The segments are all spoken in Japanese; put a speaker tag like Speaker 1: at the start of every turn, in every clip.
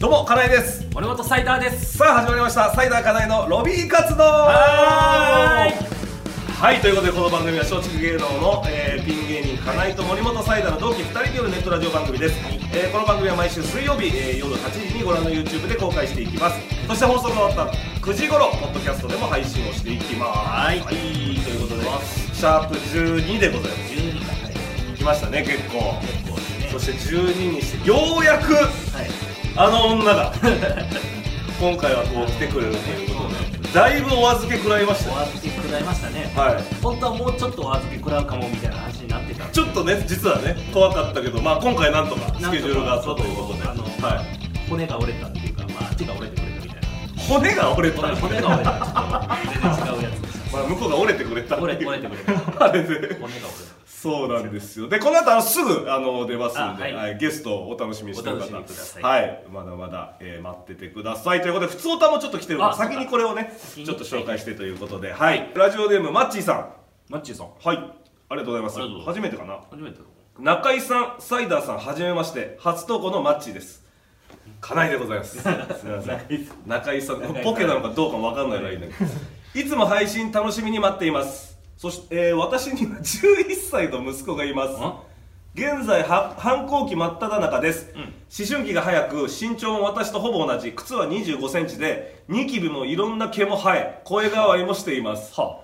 Speaker 1: どうも、かなえです。
Speaker 2: 森本サイダーです
Speaker 1: さあ、始まりました。サイダーかなえのロビー活動。
Speaker 2: はー
Speaker 1: はい、ということで、この番組は松竹芸能の、えーピン芸人かなえと森本サイダーの同期2人によるネットラジオ番組です。えーこの番組は毎週水曜日、えー夜8時にご覧の YouTube で公開していきます。そして放送が終わった9時頃、ポッドキャストでも配信をしていきます。
Speaker 2: はい
Speaker 1: ということで、シャープ12でございます。
Speaker 2: 12かはい
Speaker 1: 来ましたね、結構。
Speaker 2: 結構ですね
Speaker 1: そして12にして、ようやく、
Speaker 2: はい
Speaker 1: あの女が今回はこう来てくれるということでだいぶお預け食らいまし
Speaker 2: お
Speaker 1: たね
Speaker 2: 預けくらいましたね
Speaker 1: はい
Speaker 2: 本当はもうちょっとお預けくらうかもみたいな話になってた
Speaker 1: ちょっとね実はね怖かったけどまあ今回なんとかスケジュールがあったということで
Speaker 2: なんとかあの
Speaker 1: はい
Speaker 2: 骨が折れたっていうかまあ手が折れてくれたみたいな
Speaker 1: 骨が折れた
Speaker 2: 骨が折れたちょっと全然違うやつでし
Speaker 1: まあ向こうが折れてくれた
Speaker 2: た折れ折れてくれた骨
Speaker 1: あれで
Speaker 2: が折れ
Speaker 1: そうなんですよでこの後あのすぐあの出ますんで、
Speaker 2: あはい
Speaker 1: はいゲストをお楽しみにしてる
Speaker 2: お楽
Speaker 1: 方
Speaker 2: しみください
Speaker 1: はいまだまだ、えー待っててくださいということで普通歌もちょっと来てるので
Speaker 2: あそうか
Speaker 1: 先にこれをね
Speaker 2: 先に
Speaker 1: ちょっと紹介してということではい、ラジオネームマッチーさん
Speaker 2: たマッチーさん
Speaker 1: はい、ありがとうございます
Speaker 2: ありがとう。ご
Speaker 1: 初めてかな。
Speaker 2: 初めてだ
Speaker 1: 中井さん、サイダーさん、はじめまして、初投稿のマッチーです。かなでございます。 すみません。中井さん、ポケなのかどうかもわかんないラインだけど。いつも配信楽しみに待っています。そして、えー私には11歳の息子がいます。現在は反抗期真っ只中です、
Speaker 2: ん
Speaker 1: 思春期が早く身長も私とほぼ同じ靴は2 5センチでニキビもいろんな毛も生え声変わりもしています、サ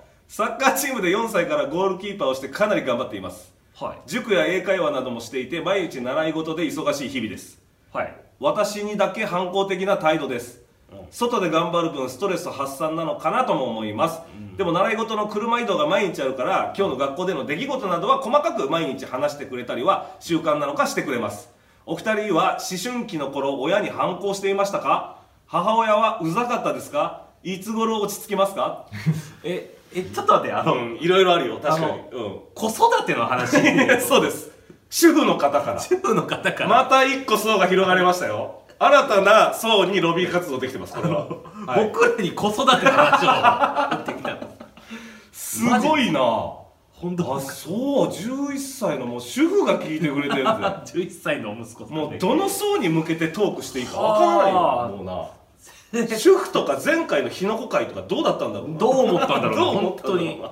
Speaker 1: ッカーチームで4歳からゴールキーパーをしてかなり頑張っています
Speaker 2: はい
Speaker 1: 塾や英会話などもしていて毎日習い事で忙しい日々です
Speaker 2: はい
Speaker 1: 私にだけ反抗的な態度です、
Speaker 2: うん
Speaker 1: 外で頑張る分ストレス発散なのかなとも思います、でも習い事の車移動が毎日あるから今日の学校での出来事などは細かく毎日話してくれたりは習慣なのかしてくれますお二人は思春期の頃親に反抗していましたか母親はうざかったですかいつ頃落ち着きますか
Speaker 2: ええちょっと待ってあ
Speaker 1: う
Speaker 2: の
Speaker 1: んいろいろあるよ確か
Speaker 2: あ
Speaker 1: に
Speaker 2: の子育ての話
Speaker 1: うん そうです主婦の方から
Speaker 2: 主婦の方から
Speaker 1: また一個層が広がりましたよ新たな層にロビー活動できてますこれは、はい
Speaker 2: 僕らに子育ての話を送ってきたの
Speaker 1: すごいな
Speaker 2: 本
Speaker 1: あそう11歳のもう主婦が聞いてくれ てるんだ
Speaker 2: 11歳のお息子さんで
Speaker 1: もうどの層に向けてトークしていいかわからない
Speaker 2: はあ
Speaker 1: よもうな主婦とか前回の日の子会とかどうだったんだろうな
Speaker 2: どう思ったんだろう な
Speaker 1: どう思ったんだろうな
Speaker 2: 本当に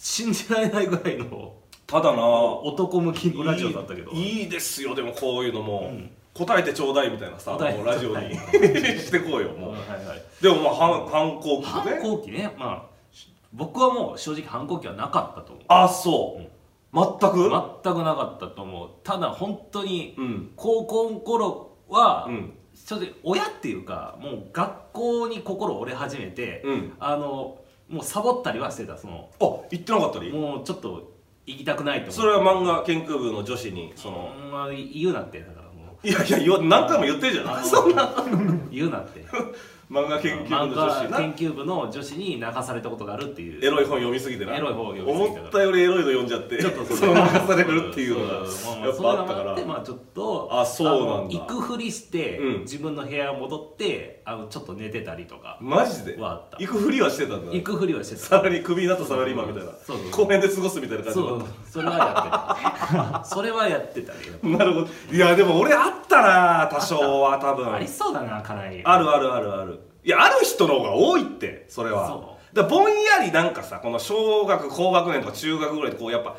Speaker 2: 信じられないぐらいの
Speaker 1: ただな
Speaker 2: 男向きのラジオだったけど
Speaker 1: いいいいですよでもこういうのも、
Speaker 2: うん
Speaker 1: 答えてちょうだいみたいなさ
Speaker 2: 答えて
Speaker 1: もうラジオにして こうよ
Speaker 2: うん
Speaker 1: もう、
Speaker 2: はいはい
Speaker 1: でもまあ反反抗期ね
Speaker 2: 反抗期ねまあ僕はもう正直反抗期はなかったと思う
Speaker 1: あそう、
Speaker 2: うん
Speaker 1: 全く、
Speaker 2: 全くなかったと思うただ本当に
Speaker 1: うん
Speaker 2: 高校の頃は、
Speaker 1: うん
Speaker 2: ちょっと親っていうかもう学校に心折れ始めて、
Speaker 1: うん
Speaker 2: あのもうサボったりはしてたその
Speaker 1: あ言ってなかったり
Speaker 2: もうちょっと行きたくないと思う
Speaker 1: それは漫画研究部の女子にそ
Speaker 2: あ
Speaker 1: の、
Speaker 2: んまり言うなってだからも
Speaker 1: いやいや言わ何回も言ってるじ ゃんそんな
Speaker 2: う言うなって
Speaker 1: 漫画研究
Speaker 2: 漫
Speaker 1: 部の女
Speaker 2: 画
Speaker 1: 子な
Speaker 2: 研究部の女子に泣かされたことがあるっていう
Speaker 1: エロい本読みすぎてな
Speaker 2: エロい本を読みすぎて
Speaker 1: 思ったよりエロいの読んじゃって
Speaker 2: ちょっと
Speaker 1: そのままされるっていうのがや
Speaker 2: そうまあまあ
Speaker 1: っ
Speaker 2: そ
Speaker 1: ぱ
Speaker 2: れ
Speaker 1: あ
Speaker 2: が
Speaker 1: ったか
Speaker 2: あって
Speaker 1: ら
Speaker 2: まあちょっと
Speaker 1: あそうなんだ
Speaker 2: あの行くふりして、
Speaker 1: うん
Speaker 2: 自分の部屋戻ってあのちょっと寝てたりとか
Speaker 1: マジで
Speaker 2: はあった
Speaker 1: 行くふりはしてたんだ
Speaker 2: 行くふりはしてた
Speaker 1: サラリークビになったサラリーマンみたいな
Speaker 2: そうそう
Speaker 1: 公園で過ごすみたいな感じ
Speaker 2: そ
Speaker 1: だった
Speaker 2: うそれはやってたそれはやってたね
Speaker 1: なるほどいやでも俺あったな多少は多分
Speaker 2: ありそうだなかなり
Speaker 1: あるあるあるあるいやある人の方が多いってそれは
Speaker 2: そ
Speaker 1: だからぼんやりなんかさこの小学高学年とか中学ぐらいでこうやっぱ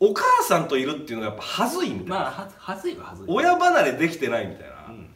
Speaker 1: お母さんといるっていうのがやっぱ恥ずいみたいな、
Speaker 2: まあははずいははずい
Speaker 1: 親離れできてないみたいな、
Speaker 2: うん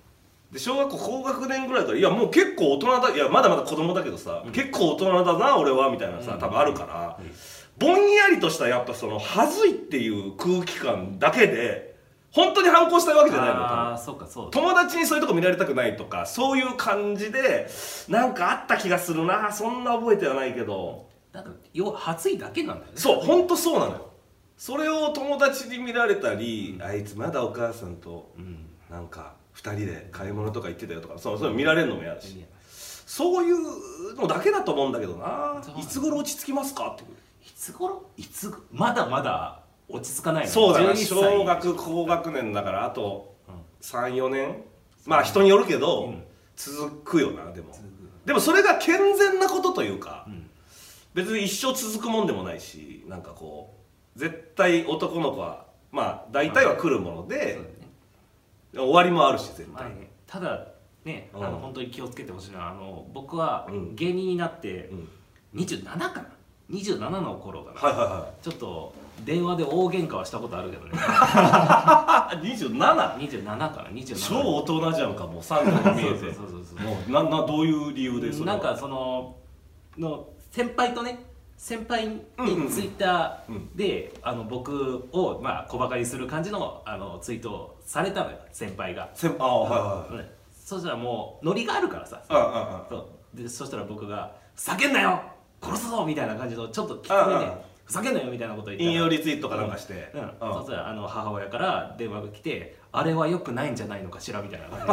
Speaker 1: で小学校高学年ぐらいからいやもう結構大人だいやまだまだ子供だけどさ、結構大人だな俺はみたいなさ、
Speaker 2: うん
Speaker 1: 多分あるから、
Speaker 2: うん
Speaker 1: ぼんやりとしたやっぱその恥ずいっていう空気感だけで本当に反抗したいわけじゃないの多分
Speaker 2: ああそうかそうだ
Speaker 1: 友達にそういうとこ見られたくないとかそういう感じでなんかあった気がするなそんな覚えてはないけど
Speaker 2: なんかよはずいだけなんだよね
Speaker 1: そうほんとそうなのよそれを友達に見られたり、あいつまだお母さんと
Speaker 2: うん
Speaker 1: なんか2人で買い物とか行ってたよとかそうそういうの見られるのも嫌だ
Speaker 2: い
Speaker 1: し
Speaker 2: や
Speaker 1: そういうのだけだと思うんだけどな
Speaker 2: そう
Speaker 1: いつ頃落ち着きますかって
Speaker 2: いつ頃いつまだまだ落ち着かないの
Speaker 1: そうだな
Speaker 2: 11歳
Speaker 1: 小学高学年だからあと
Speaker 2: うん
Speaker 1: 34年まあ人によるけど、
Speaker 2: うん
Speaker 1: 続くよなでもでもそれが健全なことというか
Speaker 2: うん
Speaker 1: 別に一生続くもんでもないしなんかこう絶対男の子はまあ大体は来るもので、
Speaker 2: そうだね
Speaker 1: 終わりもあるし絶対、
Speaker 2: まあねただね、
Speaker 1: うん
Speaker 2: あの本当に気をつけてほしいのはあの僕は
Speaker 1: うん
Speaker 2: 芸人になって
Speaker 1: うん
Speaker 2: 27かな27の頃かな、
Speaker 1: はいは
Speaker 2: ちょっと電話で大喧嘩はしたことあるけどね
Speaker 1: いはいあ
Speaker 2: 27かな27
Speaker 1: 27超大人じゃんかもう3年見えて
Speaker 2: そうそうそうそう
Speaker 1: もうななどういう理由でそれ
Speaker 2: な
Speaker 1: は
Speaker 2: んかそのの先輩とね先輩に
Speaker 1: うんうん
Speaker 2: ツイッタ
Speaker 1: うん
Speaker 2: ーで、あの僕を、まあ、小バカにする感じのあのツイートをされたのよ先輩が、
Speaker 1: せんああはいはい
Speaker 2: うんそしたらもうノリがあるからさ
Speaker 1: あああ
Speaker 2: そうでそしたら僕が「ふざけんなよ殺すぞ!」みたいな感じのちょっときつめ
Speaker 1: うんうん
Speaker 2: で「ふざけんなよ!」みたいなこと言って
Speaker 1: 引用リツイートかなんかして
Speaker 2: うん、
Speaker 1: うん
Speaker 2: そしたらあの母親から電話が来て「あれはよくないんじゃないのかしら」みたいな 感じで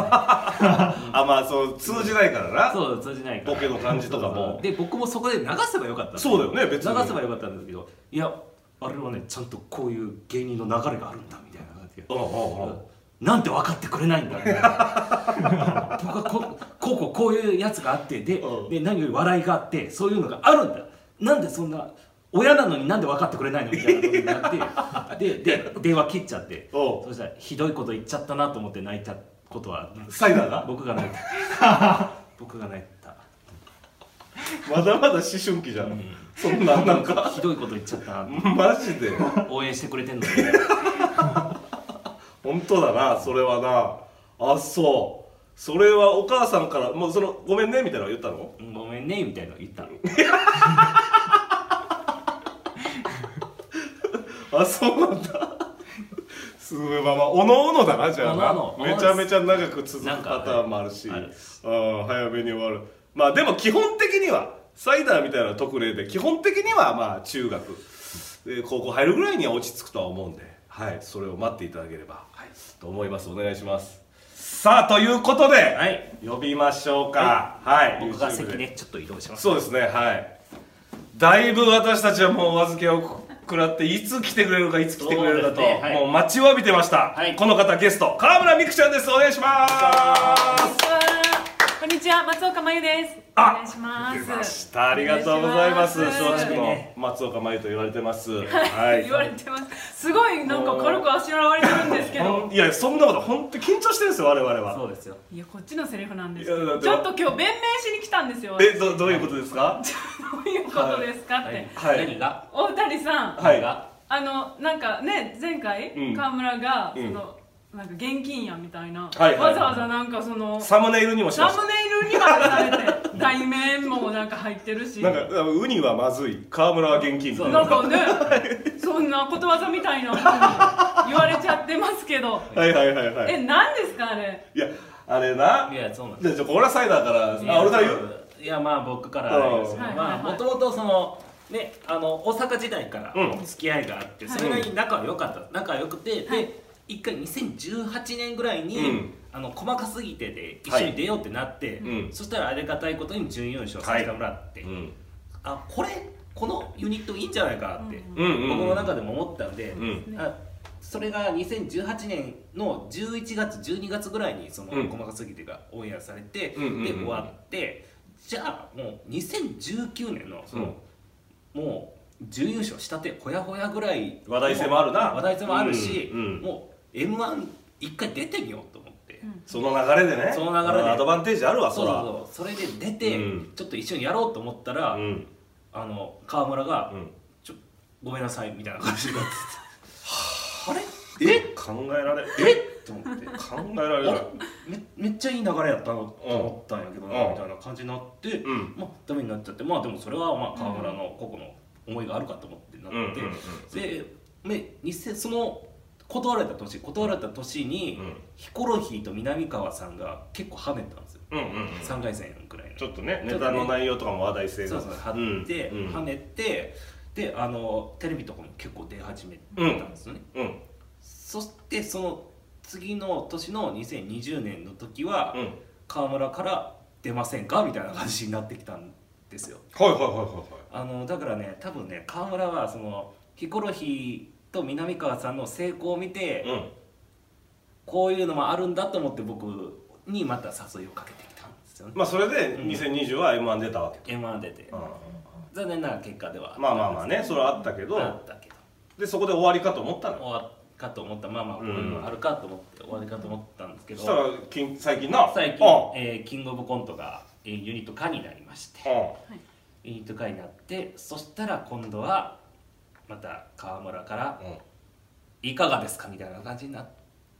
Speaker 1: あまあそう通じないからな
Speaker 2: そう通じないから
Speaker 1: ボケの感じとかも
Speaker 2: で僕もそこで流せばよかった
Speaker 1: そうだよね別に
Speaker 2: 流せばよかったんですけどいやあれはねちゃんとこういう芸人の流れがあるんだみたいな感じで
Speaker 1: うんうんうん
Speaker 2: なんて分かってくれないんだ みたいな僕はここうこうこういうやつがあってで
Speaker 1: うん
Speaker 2: で何より笑いがあってそういうのがあるんだなんでそんな親なのになんで分かってくれないのみたいなことになってでで電話切っちゃって
Speaker 1: おう
Speaker 2: そしたらひどいこと言っちゃったなと思って泣いたことはある
Speaker 1: サイダーが
Speaker 2: 僕が泣いた僕が泣いた
Speaker 1: まだまだ思春期じゃん、そんななんか
Speaker 2: ひどいこと言っちゃったな
Speaker 1: マジで
Speaker 2: 応援してくれてんのに
Speaker 1: 本当だなそれはなあそうそれはお母さんからもうそのごめんねみたいなの言ったの
Speaker 2: ごめんねみたいなの言ったの
Speaker 1: あそうなんだすごいまあまあおのおのだなじゃあな
Speaker 2: おのおの
Speaker 1: めちゃめちゃ長く続く
Speaker 2: なんか
Speaker 1: パターンもあるし
Speaker 2: ある
Speaker 1: うん早めに終わるまあでも基本的にはサイダーみたいな特例で基本的にはまあ中学で高校入るぐらいには落ち着くとは思うんではいそれを待っていただければ、はい、と思いますお願いしますさあということで、
Speaker 2: い
Speaker 1: 呼びましょうかはい、
Speaker 2: 僕が
Speaker 1: YouTube で
Speaker 2: 席ねちょっと移動します
Speaker 1: そうですねはいだいぶ私たちはもうお預けを食らっていつ来てくれるかいつ来てくれるかと、
Speaker 2: そうですねはい
Speaker 1: もう待ちわびてました、
Speaker 2: はい
Speaker 1: この方ゲスト川村美空ちゃんですお願いします
Speaker 3: こんにちは、松岡真由です。お
Speaker 1: あ
Speaker 3: 願いします。
Speaker 1: 出ましたありがとうございます
Speaker 3: お願いしま
Speaker 1: 松
Speaker 3: す
Speaker 1: 竹の松岡真由と言われてますは
Speaker 3: 言われてます。すごいなんか軽くあしらわれてるんですけ
Speaker 1: ほ
Speaker 3: ど。
Speaker 1: んいやそんなこと本当緊張してるんですよ我々は
Speaker 2: そうですよ
Speaker 3: いやこっちのセリフなんですけ
Speaker 1: いやだっ
Speaker 3: ど。
Speaker 1: て
Speaker 3: ちょっと今日弁明しに来たんですよ。
Speaker 1: え
Speaker 3: 私
Speaker 1: どどういうことですか
Speaker 3: どういうことですかって。
Speaker 1: はい
Speaker 2: 何が
Speaker 3: 大谷さん、
Speaker 1: はい
Speaker 2: が
Speaker 3: あのなんかね前回、
Speaker 1: うん
Speaker 3: 川村が、
Speaker 1: うん
Speaker 3: そのなんか現金やみたいな、
Speaker 1: はいはい
Speaker 3: わざわざなんかその
Speaker 1: サムネイルにもし
Speaker 3: サ
Speaker 1: まし
Speaker 3: ムネイルにまでされて 題名もなんか入ってるした
Speaker 1: なんかウニはまずい川村は現金
Speaker 2: そう
Speaker 3: なんかね、そんなことわざみたいな風に言われちゃってますけど、
Speaker 1: はいはいはいはい
Speaker 3: え、何ですかあれ。
Speaker 1: いやあれない
Speaker 2: やそうなん
Speaker 1: じ
Speaker 2: で
Speaker 1: ゃあじゃあ俺はサイダーからあ
Speaker 2: あ
Speaker 1: 俺から言う
Speaker 2: いやまあ僕からあれですね
Speaker 3: はい
Speaker 2: まあ
Speaker 3: はいはい
Speaker 2: もともとそのねあの大阪時代から
Speaker 1: うん
Speaker 2: 付き合いがあって
Speaker 3: はい
Speaker 2: それなりに仲は良かった仲良くて
Speaker 3: はい
Speaker 2: で一回2018年ぐらいに、
Speaker 1: うん
Speaker 2: あの細かすぎてで一緒に出ようってなって、
Speaker 1: うん
Speaker 2: そしたらありがたいことに準優勝させてもらって、
Speaker 1: うん
Speaker 2: あこれこのユニットいいんじゃないかって、
Speaker 1: うんうんうん
Speaker 2: 僕の中でも思ったんで、
Speaker 1: うん
Speaker 2: あそれが2018年の11月12月ぐらいにその
Speaker 1: うん
Speaker 2: 「細かすぎて」がオンエアされて、
Speaker 1: うんうんうん
Speaker 2: で終わってじゃあもう2019年のその、もう準優勝したてほやほやぐらいの
Speaker 1: 話題性もあるな
Speaker 2: 話題性もあるし、
Speaker 1: うんうん
Speaker 2: もう m 1一回出てみようと思って。
Speaker 1: その流れでね
Speaker 2: その流れで
Speaker 1: あアドバンテージあるわ
Speaker 2: そう
Speaker 1: そら
Speaker 2: そうそうそれで出て、
Speaker 1: うん
Speaker 2: ちょっと一緒にやろうと思ったら、
Speaker 1: うん
Speaker 2: あの川村が、
Speaker 1: うん
Speaker 2: ちょごめんなさいみたいな感じになって てあれ
Speaker 1: え考えられ
Speaker 2: えっと思って
Speaker 1: 考えら
Speaker 2: あ
Speaker 1: れ
Speaker 2: れ
Speaker 1: ない
Speaker 2: めめっちゃいい流れやったなと思ったんやけどな、
Speaker 1: うん
Speaker 2: みたいな感じになって、
Speaker 1: うん
Speaker 2: まあダメになっちゃってまあでもそれはまあ川村の個々の思いがあるかと思ってなって、
Speaker 1: うんうん
Speaker 2: でね日生その断られた年断られた年に、
Speaker 1: うん
Speaker 2: ヒコロヒーと南川さんが結構はめたんですよ、
Speaker 1: うんうん
Speaker 2: 3回戦くらいの
Speaker 1: ちょっとね
Speaker 2: ちょ
Speaker 1: ネ
Speaker 2: っと
Speaker 1: タ
Speaker 2: ね
Speaker 1: の内容とかも話題性
Speaker 2: そ
Speaker 1: が
Speaker 2: うそう張って、
Speaker 1: うん
Speaker 2: 跳ねてであのテレビとかも結構出始めたんですよね、
Speaker 1: うん
Speaker 2: そしてその次の年の2020年の時は、
Speaker 1: うん
Speaker 2: 川村から出ませんかみたいな感じになってきたんですよ
Speaker 1: はいはいはいはいはい
Speaker 2: あのだからね多分ね川村はそのヒコロヒーと南川さんの成功を見て、
Speaker 1: うん
Speaker 2: こういうのもあるんだと思って僕にまた誘いをかけてきたんですよね、
Speaker 1: まあそれで2020は M1 出たわけ
Speaker 2: M−1 出て、
Speaker 1: うん
Speaker 2: 残念ながら結果では
Speaker 1: まあまあまあねそれはあったけど
Speaker 2: あったけど
Speaker 1: でそこで終わりかと思ったの
Speaker 2: 終わっ
Speaker 4: かと思ったまあまあこういうのあるかと思って終わりかと思ったんですけど、
Speaker 1: したら近最近な
Speaker 4: 最
Speaker 1: う
Speaker 4: 近、えーキングオブコントが、えーユニット化になりまして
Speaker 1: んうん
Speaker 4: ユニット化になってそしたら今度はまた川村から
Speaker 1: うん
Speaker 4: 「いかがですか?」みたいな感じになっ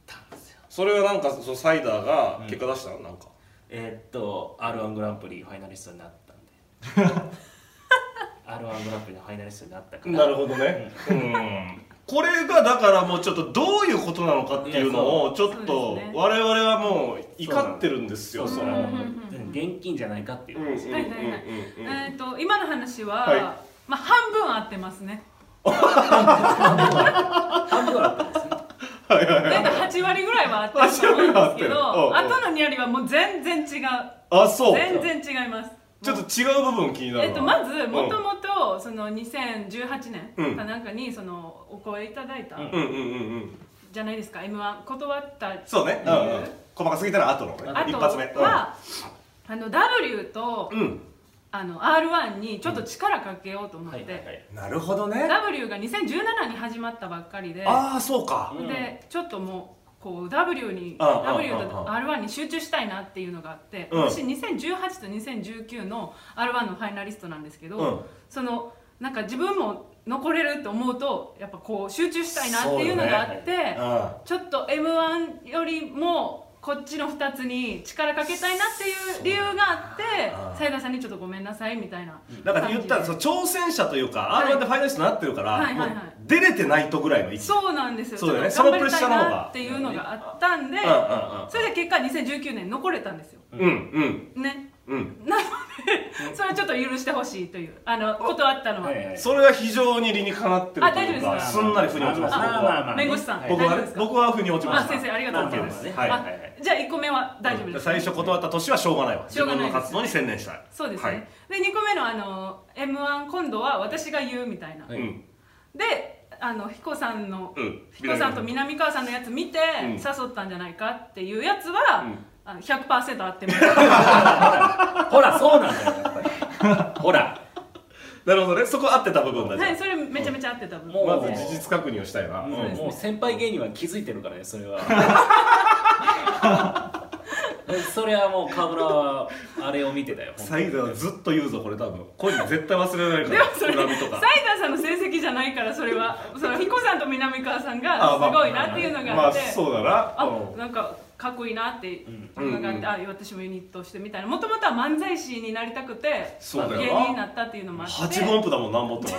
Speaker 4: たんですよ
Speaker 1: それはなんかそのサイダーが結果出したの、なんか
Speaker 4: えーっと r 1グランプリファイナリストになったんで r 1グランプリのファイナリストになったから
Speaker 1: なるほどねうんこれがだからもうちょっとどういうことなのかっていうのをちょっ
Speaker 3: そう
Speaker 1: と
Speaker 3: ですね
Speaker 1: 我々はもう怒ってるんですよ
Speaker 4: そう
Speaker 1: そ
Speaker 4: そう
Speaker 1: の
Speaker 3: ん
Speaker 1: うん
Speaker 4: うん現金じゃないかっていう
Speaker 1: うんうんうん
Speaker 4: 話、
Speaker 1: うん
Speaker 3: はいはいはいえっと今の話は、
Speaker 1: はい
Speaker 3: まあ半分合ってますね。
Speaker 4: 半分あったんですね
Speaker 1: はいはい
Speaker 3: 大体八割ぐらいは合ってると思うん
Speaker 1: 八割は
Speaker 3: ですけど、
Speaker 1: 合ってるうんうん
Speaker 3: 後の二割はもう全然違う。
Speaker 1: あそう
Speaker 3: 全然違います。
Speaker 1: ちょっと
Speaker 3: もう
Speaker 1: 違う部分気になるわ
Speaker 3: えっと、まず
Speaker 1: ん
Speaker 3: もともとその2018
Speaker 1: うん
Speaker 3: 年かなんかにそのお声いただいた
Speaker 4: うん
Speaker 1: うんうんうんうん
Speaker 3: じゃないですか m 1断った
Speaker 1: そうね、うんうん
Speaker 3: うん
Speaker 1: 細かすぎたら後のね
Speaker 3: あ
Speaker 1: 一
Speaker 3: と
Speaker 1: 発目うん
Speaker 3: は、あの W と
Speaker 1: うん
Speaker 3: あの R1 にちょっと力かけようと思っ
Speaker 4: は
Speaker 3: て、
Speaker 4: いはいはい
Speaker 1: なるほどね
Speaker 3: W が2017に始まったばっかりで
Speaker 1: ああそうか
Speaker 4: うん
Speaker 3: でちょっともうこう W に
Speaker 1: ああ
Speaker 3: W と
Speaker 1: ああ
Speaker 3: R1 に集中したいなっていうのがあって
Speaker 1: うん
Speaker 3: 私2018と2019の R1 のファイナリストなんですけど、
Speaker 1: うん
Speaker 3: そのなんか自分も残れると思うとやっぱこう集中したいなっていうのがあって、
Speaker 1: う
Speaker 3: ちょっと m 1よりもこっちの2つに力かけたいなっていう理由があって
Speaker 1: ああ
Speaker 3: 斉田さんにちょっとごめんなさいみたいな。
Speaker 1: んだから言ったらその挑戦者というか、
Speaker 3: はい
Speaker 1: R1 でファイナリストになってるから、
Speaker 3: はいはいはい
Speaker 1: もう出れてないとぐらいの位置
Speaker 3: そうなんですよ。
Speaker 1: そうだよね
Speaker 3: ちょっと
Speaker 1: そのプレッシャーの方が
Speaker 3: 頑張りたいなっていうのがあったんで、
Speaker 1: うんうんうん
Speaker 3: それで結果2019年残れたんですよ。
Speaker 1: うんうん
Speaker 3: ね。
Speaker 1: うん
Speaker 3: なので、それはちょっと許してほしいという、あの、断ったのは。
Speaker 4: はいはい
Speaker 1: それは非常に理にかなってるという
Speaker 3: あ大丈夫
Speaker 1: か
Speaker 3: です
Speaker 1: すんなり腑に落ちます
Speaker 4: まあまあまあ
Speaker 3: 弁護士さん
Speaker 4: はい
Speaker 1: 僕
Speaker 3: 大
Speaker 1: は
Speaker 3: 丈夫で
Speaker 1: ね
Speaker 3: すか
Speaker 1: 僕は腑に落ちま
Speaker 3: あ、
Speaker 1: す
Speaker 3: 先生、ありがとうございます。
Speaker 1: まあまあま
Speaker 4: ねはいはい
Speaker 1: あ
Speaker 4: はい
Speaker 3: あじゃあ、1個目は大丈夫です。
Speaker 1: 最初断った年はしょうがないわ
Speaker 3: しょうがないです
Speaker 1: 自分の活動に専念したい
Speaker 3: そうです
Speaker 1: は
Speaker 3: ね
Speaker 1: い。
Speaker 3: で、2個目の、あの、M1 今度は私が言うみたいな。
Speaker 4: はい
Speaker 1: うん
Speaker 3: で、あの、彦さんの
Speaker 1: う、ん
Speaker 3: 彦さんと南川さんのやつ見て、
Speaker 1: うん
Speaker 3: 誘ったんじゃないかっていうやつは、
Speaker 1: うん
Speaker 3: あの100%合 ってます。
Speaker 4: ほらそうなんだよやっぱりほら
Speaker 1: なるほどねそこ合ってた部分だ
Speaker 3: はい、
Speaker 1: じ
Speaker 3: それめちゃめちゃ合ってた部分。
Speaker 4: も
Speaker 1: ゃ
Speaker 4: う
Speaker 1: あまず事実確認をしたいなうん
Speaker 3: そうですね
Speaker 4: もう先輩芸人は気づいてるからねそ れはそれはもう河村はあれを見てたよ
Speaker 1: サイダーずっと言うぞこれ多分こういうの絶対忘れられないか
Speaker 3: でも
Speaker 1: ら
Speaker 3: それ、サ
Speaker 1: 恨み
Speaker 3: イ
Speaker 1: と
Speaker 3: ダ
Speaker 1: か
Speaker 3: ーさんの成績じゃないから、そ れは、その彦さんと南川さんがすごいなっていうのが
Speaker 1: ま
Speaker 3: あ
Speaker 1: あ
Speaker 3: って、
Speaker 1: そうだな
Speaker 3: あ
Speaker 1: うん
Speaker 3: なんかかっこいいなっていうのがあって、
Speaker 1: うん
Speaker 3: あ私もユニットしてみたいな、もともとは漫才師になりたくて、
Speaker 1: そうだよな
Speaker 3: 芸人になったっていうのもあって、
Speaker 1: 八分音符だもんなんぼとか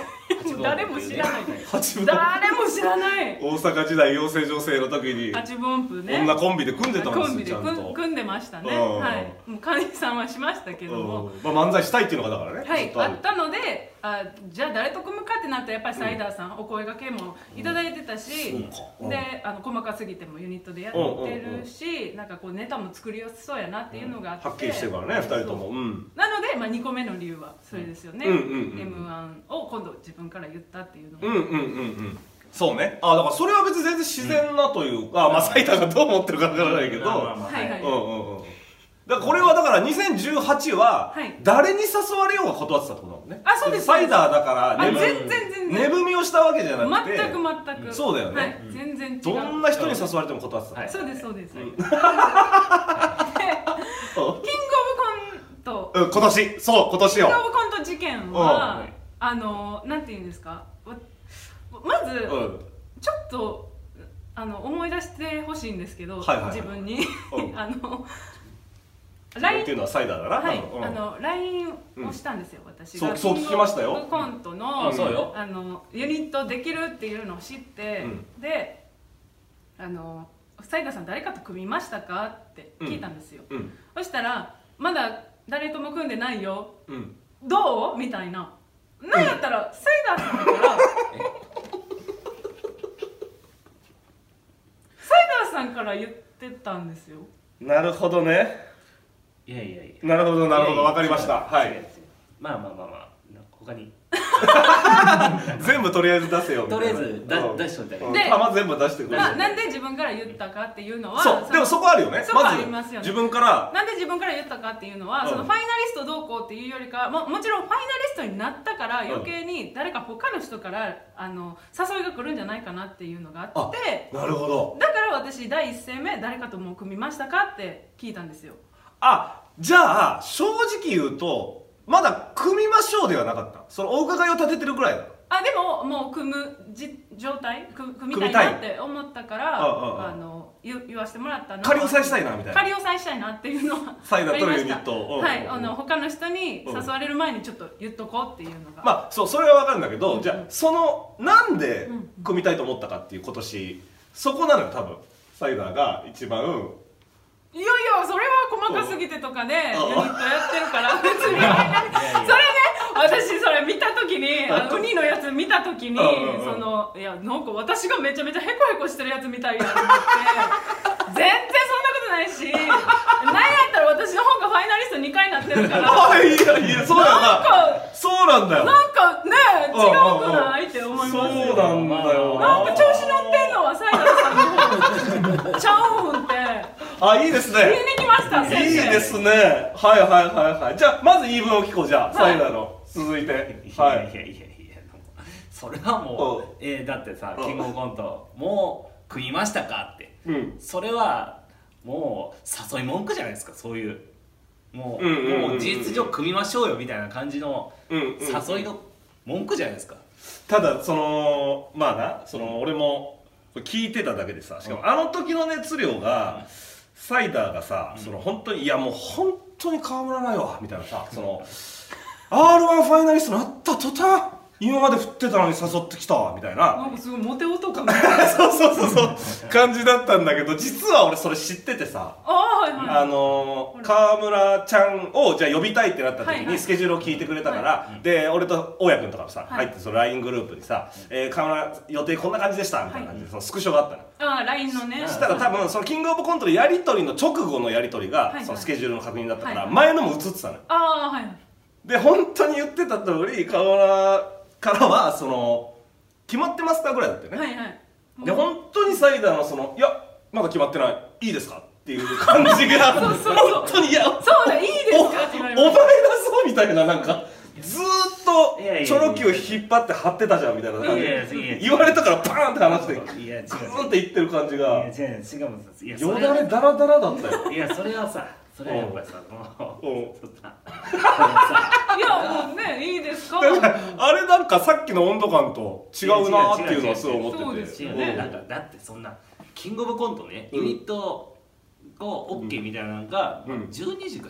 Speaker 3: 誰も知らない、
Speaker 1: 八分音符
Speaker 3: 誰も知らない、
Speaker 1: 大阪時代養成女性の時に
Speaker 3: 八分音符ね、
Speaker 1: 女コンビで 組んでた
Speaker 3: コ
Speaker 1: ん
Speaker 3: ン
Speaker 1: です
Speaker 3: ビで
Speaker 1: よちゃんと
Speaker 3: 組ん組んでましたね、
Speaker 1: うん
Speaker 3: はい、もう神さんはしましたけども。
Speaker 1: うんまあ、漫才したいっていうのがだからね、
Speaker 3: は
Speaker 1: ず
Speaker 3: い
Speaker 1: っ、とあ
Speaker 3: あ
Speaker 1: る
Speaker 3: ったのであじゃあ誰と組むかってなったらやっぱりサイダーさん、お声がけもいただいてたし、
Speaker 1: うんそうか
Speaker 3: であの細かすぎてもユニットでやってるし、なんかこうネタも作りやすそうやなっていうのがあって、
Speaker 1: はっきりしてるからね2人ともうん
Speaker 3: なので、まあ、2個目の理由はそれですよね、
Speaker 1: うんうんうん
Speaker 3: m 1を今度自分から言ったっていうのが、
Speaker 1: うんうんうんうんそうねあだからそれは別に全然自然なというか、まあ斉田がどう思ってるかわからないけど、
Speaker 3: はいはい
Speaker 1: うんうんうんだからこれはだから2018は
Speaker 3: はい
Speaker 1: 誰に誘われようが断ってたってことだもんね、
Speaker 3: あそうです
Speaker 1: サイダーだから
Speaker 3: あ
Speaker 1: ね
Speaker 3: 全
Speaker 1: ぶ
Speaker 3: 然全
Speaker 1: 寝
Speaker 3: 然
Speaker 1: 踏みをしたわけじゃなくて
Speaker 3: 全く全く
Speaker 1: そうだよね
Speaker 3: はい、全然違う
Speaker 1: どんな人に誘われても断ってた、
Speaker 4: はい
Speaker 3: そうですそうです、
Speaker 1: うん
Speaker 3: でキングオブコント
Speaker 1: うん、今年そう今年よ
Speaker 3: キングオブコント事件は、
Speaker 4: うん
Speaker 3: あのなんて言うんですかわまず、
Speaker 1: うん
Speaker 3: ちょっとあの思い出してほしいんですけど、
Speaker 1: はいはいはい
Speaker 3: 自分に、
Speaker 1: うん
Speaker 3: あの
Speaker 1: 自分って
Speaker 3: LINE
Speaker 1: いうのはサイダーだな、
Speaker 3: はい、
Speaker 1: 多分うん
Speaker 3: あの LINE をしたんですよ、私
Speaker 1: そ
Speaker 3: が
Speaker 1: うそう聞きましたよ
Speaker 3: キングオブコントの,、
Speaker 4: あそうよ
Speaker 3: あのユニットできるっていうのを知って、
Speaker 1: う
Speaker 3: であの「斉田さん誰かと組みましたか?」って聞いたんですよ、
Speaker 1: うん
Speaker 3: そしたら「まだ誰とも組んでないよ
Speaker 1: うん
Speaker 3: どう?」みたいななんやったら、サイダーさん からサイダーさんから言ってたんですよ
Speaker 1: なるほどね
Speaker 4: いやいやいや
Speaker 1: なるほどなるほ
Speaker 4: いやいや
Speaker 1: どわかりましたは
Speaker 4: 違う違う
Speaker 1: い
Speaker 4: まあまあまあまあなんか他に
Speaker 1: 全部とりあえず出せよみたい
Speaker 2: とりあ
Speaker 1: な
Speaker 2: えずだ
Speaker 1: うん
Speaker 2: 出しといたら
Speaker 1: うん
Speaker 3: で
Speaker 1: あまず全部出してくれ
Speaker 3: ななんで自分から言ったかっていうのは
Speaker 1: そう
Speaker 3: の
Speaker 1: でもそこあるよね
Speaker 3: そこ
Speaker 1: ま
Speaker 3: あ
Speaker 1: ず
Speaker 3: りますよね
Speaker 1: 自分から
Speaker 3: なんで自分から言ったかっていうのは、
Speaker 1: うん
Speaker 3: そのファイナリストどうこうっていうよりかももちろんファイナリストになったから余計に誰か他の人からあの誘いが来るんじゃないかなっていうのがあって
Speaker 1: なるほど
Speaker 3: だから私第一声目誰かともう組みましたかって聞いたんですよ
Speaker 1: あじゃあ正直言うとまだ組みましょうではなかったそのお伺いを立ててるぐらいだ
Speaker 3: あでももう組むじ状態組組み
Speaker 1: 組
Speaker 3: た
Speaker 1: み
Speaker 3: い
Speaker 1: たい
Speaker 3: なって思ったから
Speaker 1: うんうんうん
Speaker 3: あの言言わせてもらったの
Speaker 1: 仮押さえしたいなみたいな
Speaker 3: 仮押さえしたいなっていうのは
Speaker 1: サイダー
Speaker 3: ありました
Speaker 1: というユニットをうんうんうん
Speaker 3: はいあの他の人に誘われる前にちょっと言っとこうっていうのが、
Speaker 1: まあそうそれは分かるんだけど、
Speaker 3: うん
Speaker 1: じゃあそのなんで
Speaker 3: うん
Speaker 1: 組みたいと思ったかっていう今年そこなのよ多分サイダーが一番
Speaker 3: いやいやそれは細かすぎてとかねユ
Speaker 1: うん
Speaker 3: ニットやってるから別にそれね私それ見た時にあのウニのやつ見た時に
Speaker 1: うんうんうん
Speaker 3: そのいやなんか私がめちゃめちゃヘコヘコしてるやつみたいやと思って全然そんなことないしなんやったら私の方がファイナリスト2回なって るからなんか
Speaker 1: あいやいやそうだよ
Speaker 3: な
Speaker 1: なそうなんだよ
Speaker 3: んかね違
Speaker 1: うんうんうん
Speaker 3: うくないって思います
Speaker 1: そう
Speaker 3: よ
Speaker 1: なんだよ
Speaker 3: なんか調子乗ってんのはサイダーさんの方ちゃうんって
Speaker 1: あいいです
Speaker 3: 言い
Speaker 1: ね
Speaker 3: に来ました
Speaker 1: いい
Speaker 3: 先生
Speaker 1: ですねはいはいはいはいじゃあまず言い分を聞こうじゃあ、
Speaker 3: はい
Speaker 1: サイダーの続いて
Speaker 2: い
Speaker 1: は
Speaker 2: やい
Speaker 1: い
Speaker 2: や いやいやもうそれはもうえーだってさ
Speaker 1: うん
Speaker 2: キングオブコントもう組みましたかって
Speaker 1: うん
Speaker 2: それはもう誘い文句じゃないですかそういうもう,、
Speaker 1: うんうんうんうん
Speaker 2: もう事実上組みましょうよみたいな感じの
Speaker 1: うんうん
Speaker 2: 誘いの文句じゃないですか、
Speaker 1: ただそのまあなその俺も聞いてただけでさしかもあの時の熱量がサイダーがさ、その本当にいやもう本当に変わらないわみたいなさその R1 ファイナリストになった途端今まで振ってたのに誘ってきたみたいな
Speaker 3: なんかすごいモテ男みたい な。
Speaker 1: そうそうそうそう感じだったんだけど実は俺それ知っててさ
Speaker 3: あはいはい。
Speaker 1: あのー、川村ちゃんをじゃあ呼びたいってなった時
Speaker 3: はいは
Speaker 1: に
Speaker 3: い
Speaker 1: スケジュールを聞いてくれたから、で俺と大家君とかもさ、
Speaker 3: はい
Speaker 1: 入ってその LINE グループにさ「えー、川村予定こんな感じでした」みたいな感じで、そのスクショがあったの。
Speaker 3: あ LINE のね。
Speaker 1: そしたら多分そのキングオブコントのやり取りの直後のやり取りが
Speaker 3: いはい
Speaker 1: そのスケジュールの確認だったか
Speaker 3: は
Speaker 1: ら
Speaker 3: いはい
Speaker 1: 前のも映ってたのよ
Speaker 3: あはい。
Speaker 1: で本当に言ってた通り川村からはその決まってますかぐらいだったよね
Speaker 3: はいはい。
Speaker 1: で本当にサイダーのその「いやまだ決まってないいいですか?」っていう感じが
Speaker 3: そうそうそう
Speaker 1: 本当に「いや
Speaker 3: そうだいいですかって言われ
Speaker 1: お前
Speaker 3: ま
Speaker 1: だぞ」みたいななんかずー
Speaker 2: いやいやい
Speaker 1: っと
Speaker 2: や
Speaker 1: チョロキを引っ張って張ってたじゃんみたいな感じ
Speaker 2: いや
Speaker 1: で
Speaker 2: いやいや
Speaker 1: 言われたからパーンって話してグ
Speaker 2: いや違う違う
Speaker 1: ーンっていってる感じが
Speaker 2: いや違う違うもんいやそ
Speaker 1: よ
Speaker 2: れ
Speaker 1: だれダラダラだったよ
Speaker 2: いやそれはさそれはやっぱりさもう
Speaker 1: うん
Speaker 2: そんな
Speaker 3: す。いやもうねいいですか。
Speaker 1: だからあれなんかさっきの温度感と違うなっていうのはすごい思ってて
Speaker 3: 違う違う違うそうです
Speaker 2: 違
Speaker 3: よ
Speaker 2: うね
Speaker 1: ん
Speaker 2: なんかだってそんなキングオブコントね
Speaker 1: うん
Speaker 2: ユニットを OK みたいなのが、
Speaker 1: うん
Speaker 2: 12時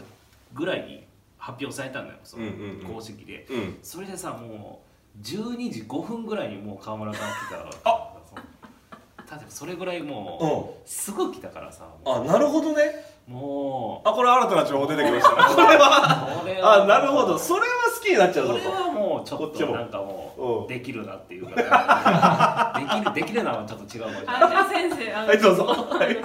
Speaker 2: ぐらいに発表されたのよその
Speaker 1: うんうんうん
Speaker 2: 公式で、
Speaker 1: うん
Speaker 2: それでさもう12時5分ぐらいにもう川村さん来たから
Speaker 1: あ
Speaker 2: だってそれぐらいもう、
Speaker 1: う
Speaker 2: すぐ来たからさも
Speaker 1: あなるほどね
Speaker 2: うも
Speaker 1: あこれ新たな情報出てきましたねこれ
Speaker 2: う
Speaker 1: は
Speaker 2: これは
Speaker 1: あなるほどそれは好きになっちゃう
Speaker 2: こ
Speaker 1: ぞ
Speaker 2: れはもうちょ
Speaker 1: こ
Speaker 2: っ
Speaker 1: っちも
Speaker 2: となんか
Speaker 1: う
Speaker 2: も
Speaker 1: ん
Speaker 2: うできるなっていうかできるできるなはちょっと違うかもしれない
Speaker 3: あじゃあ先生
Speaker 1: と
Speaker 3: あの
Speaker 1: はいどうぞはい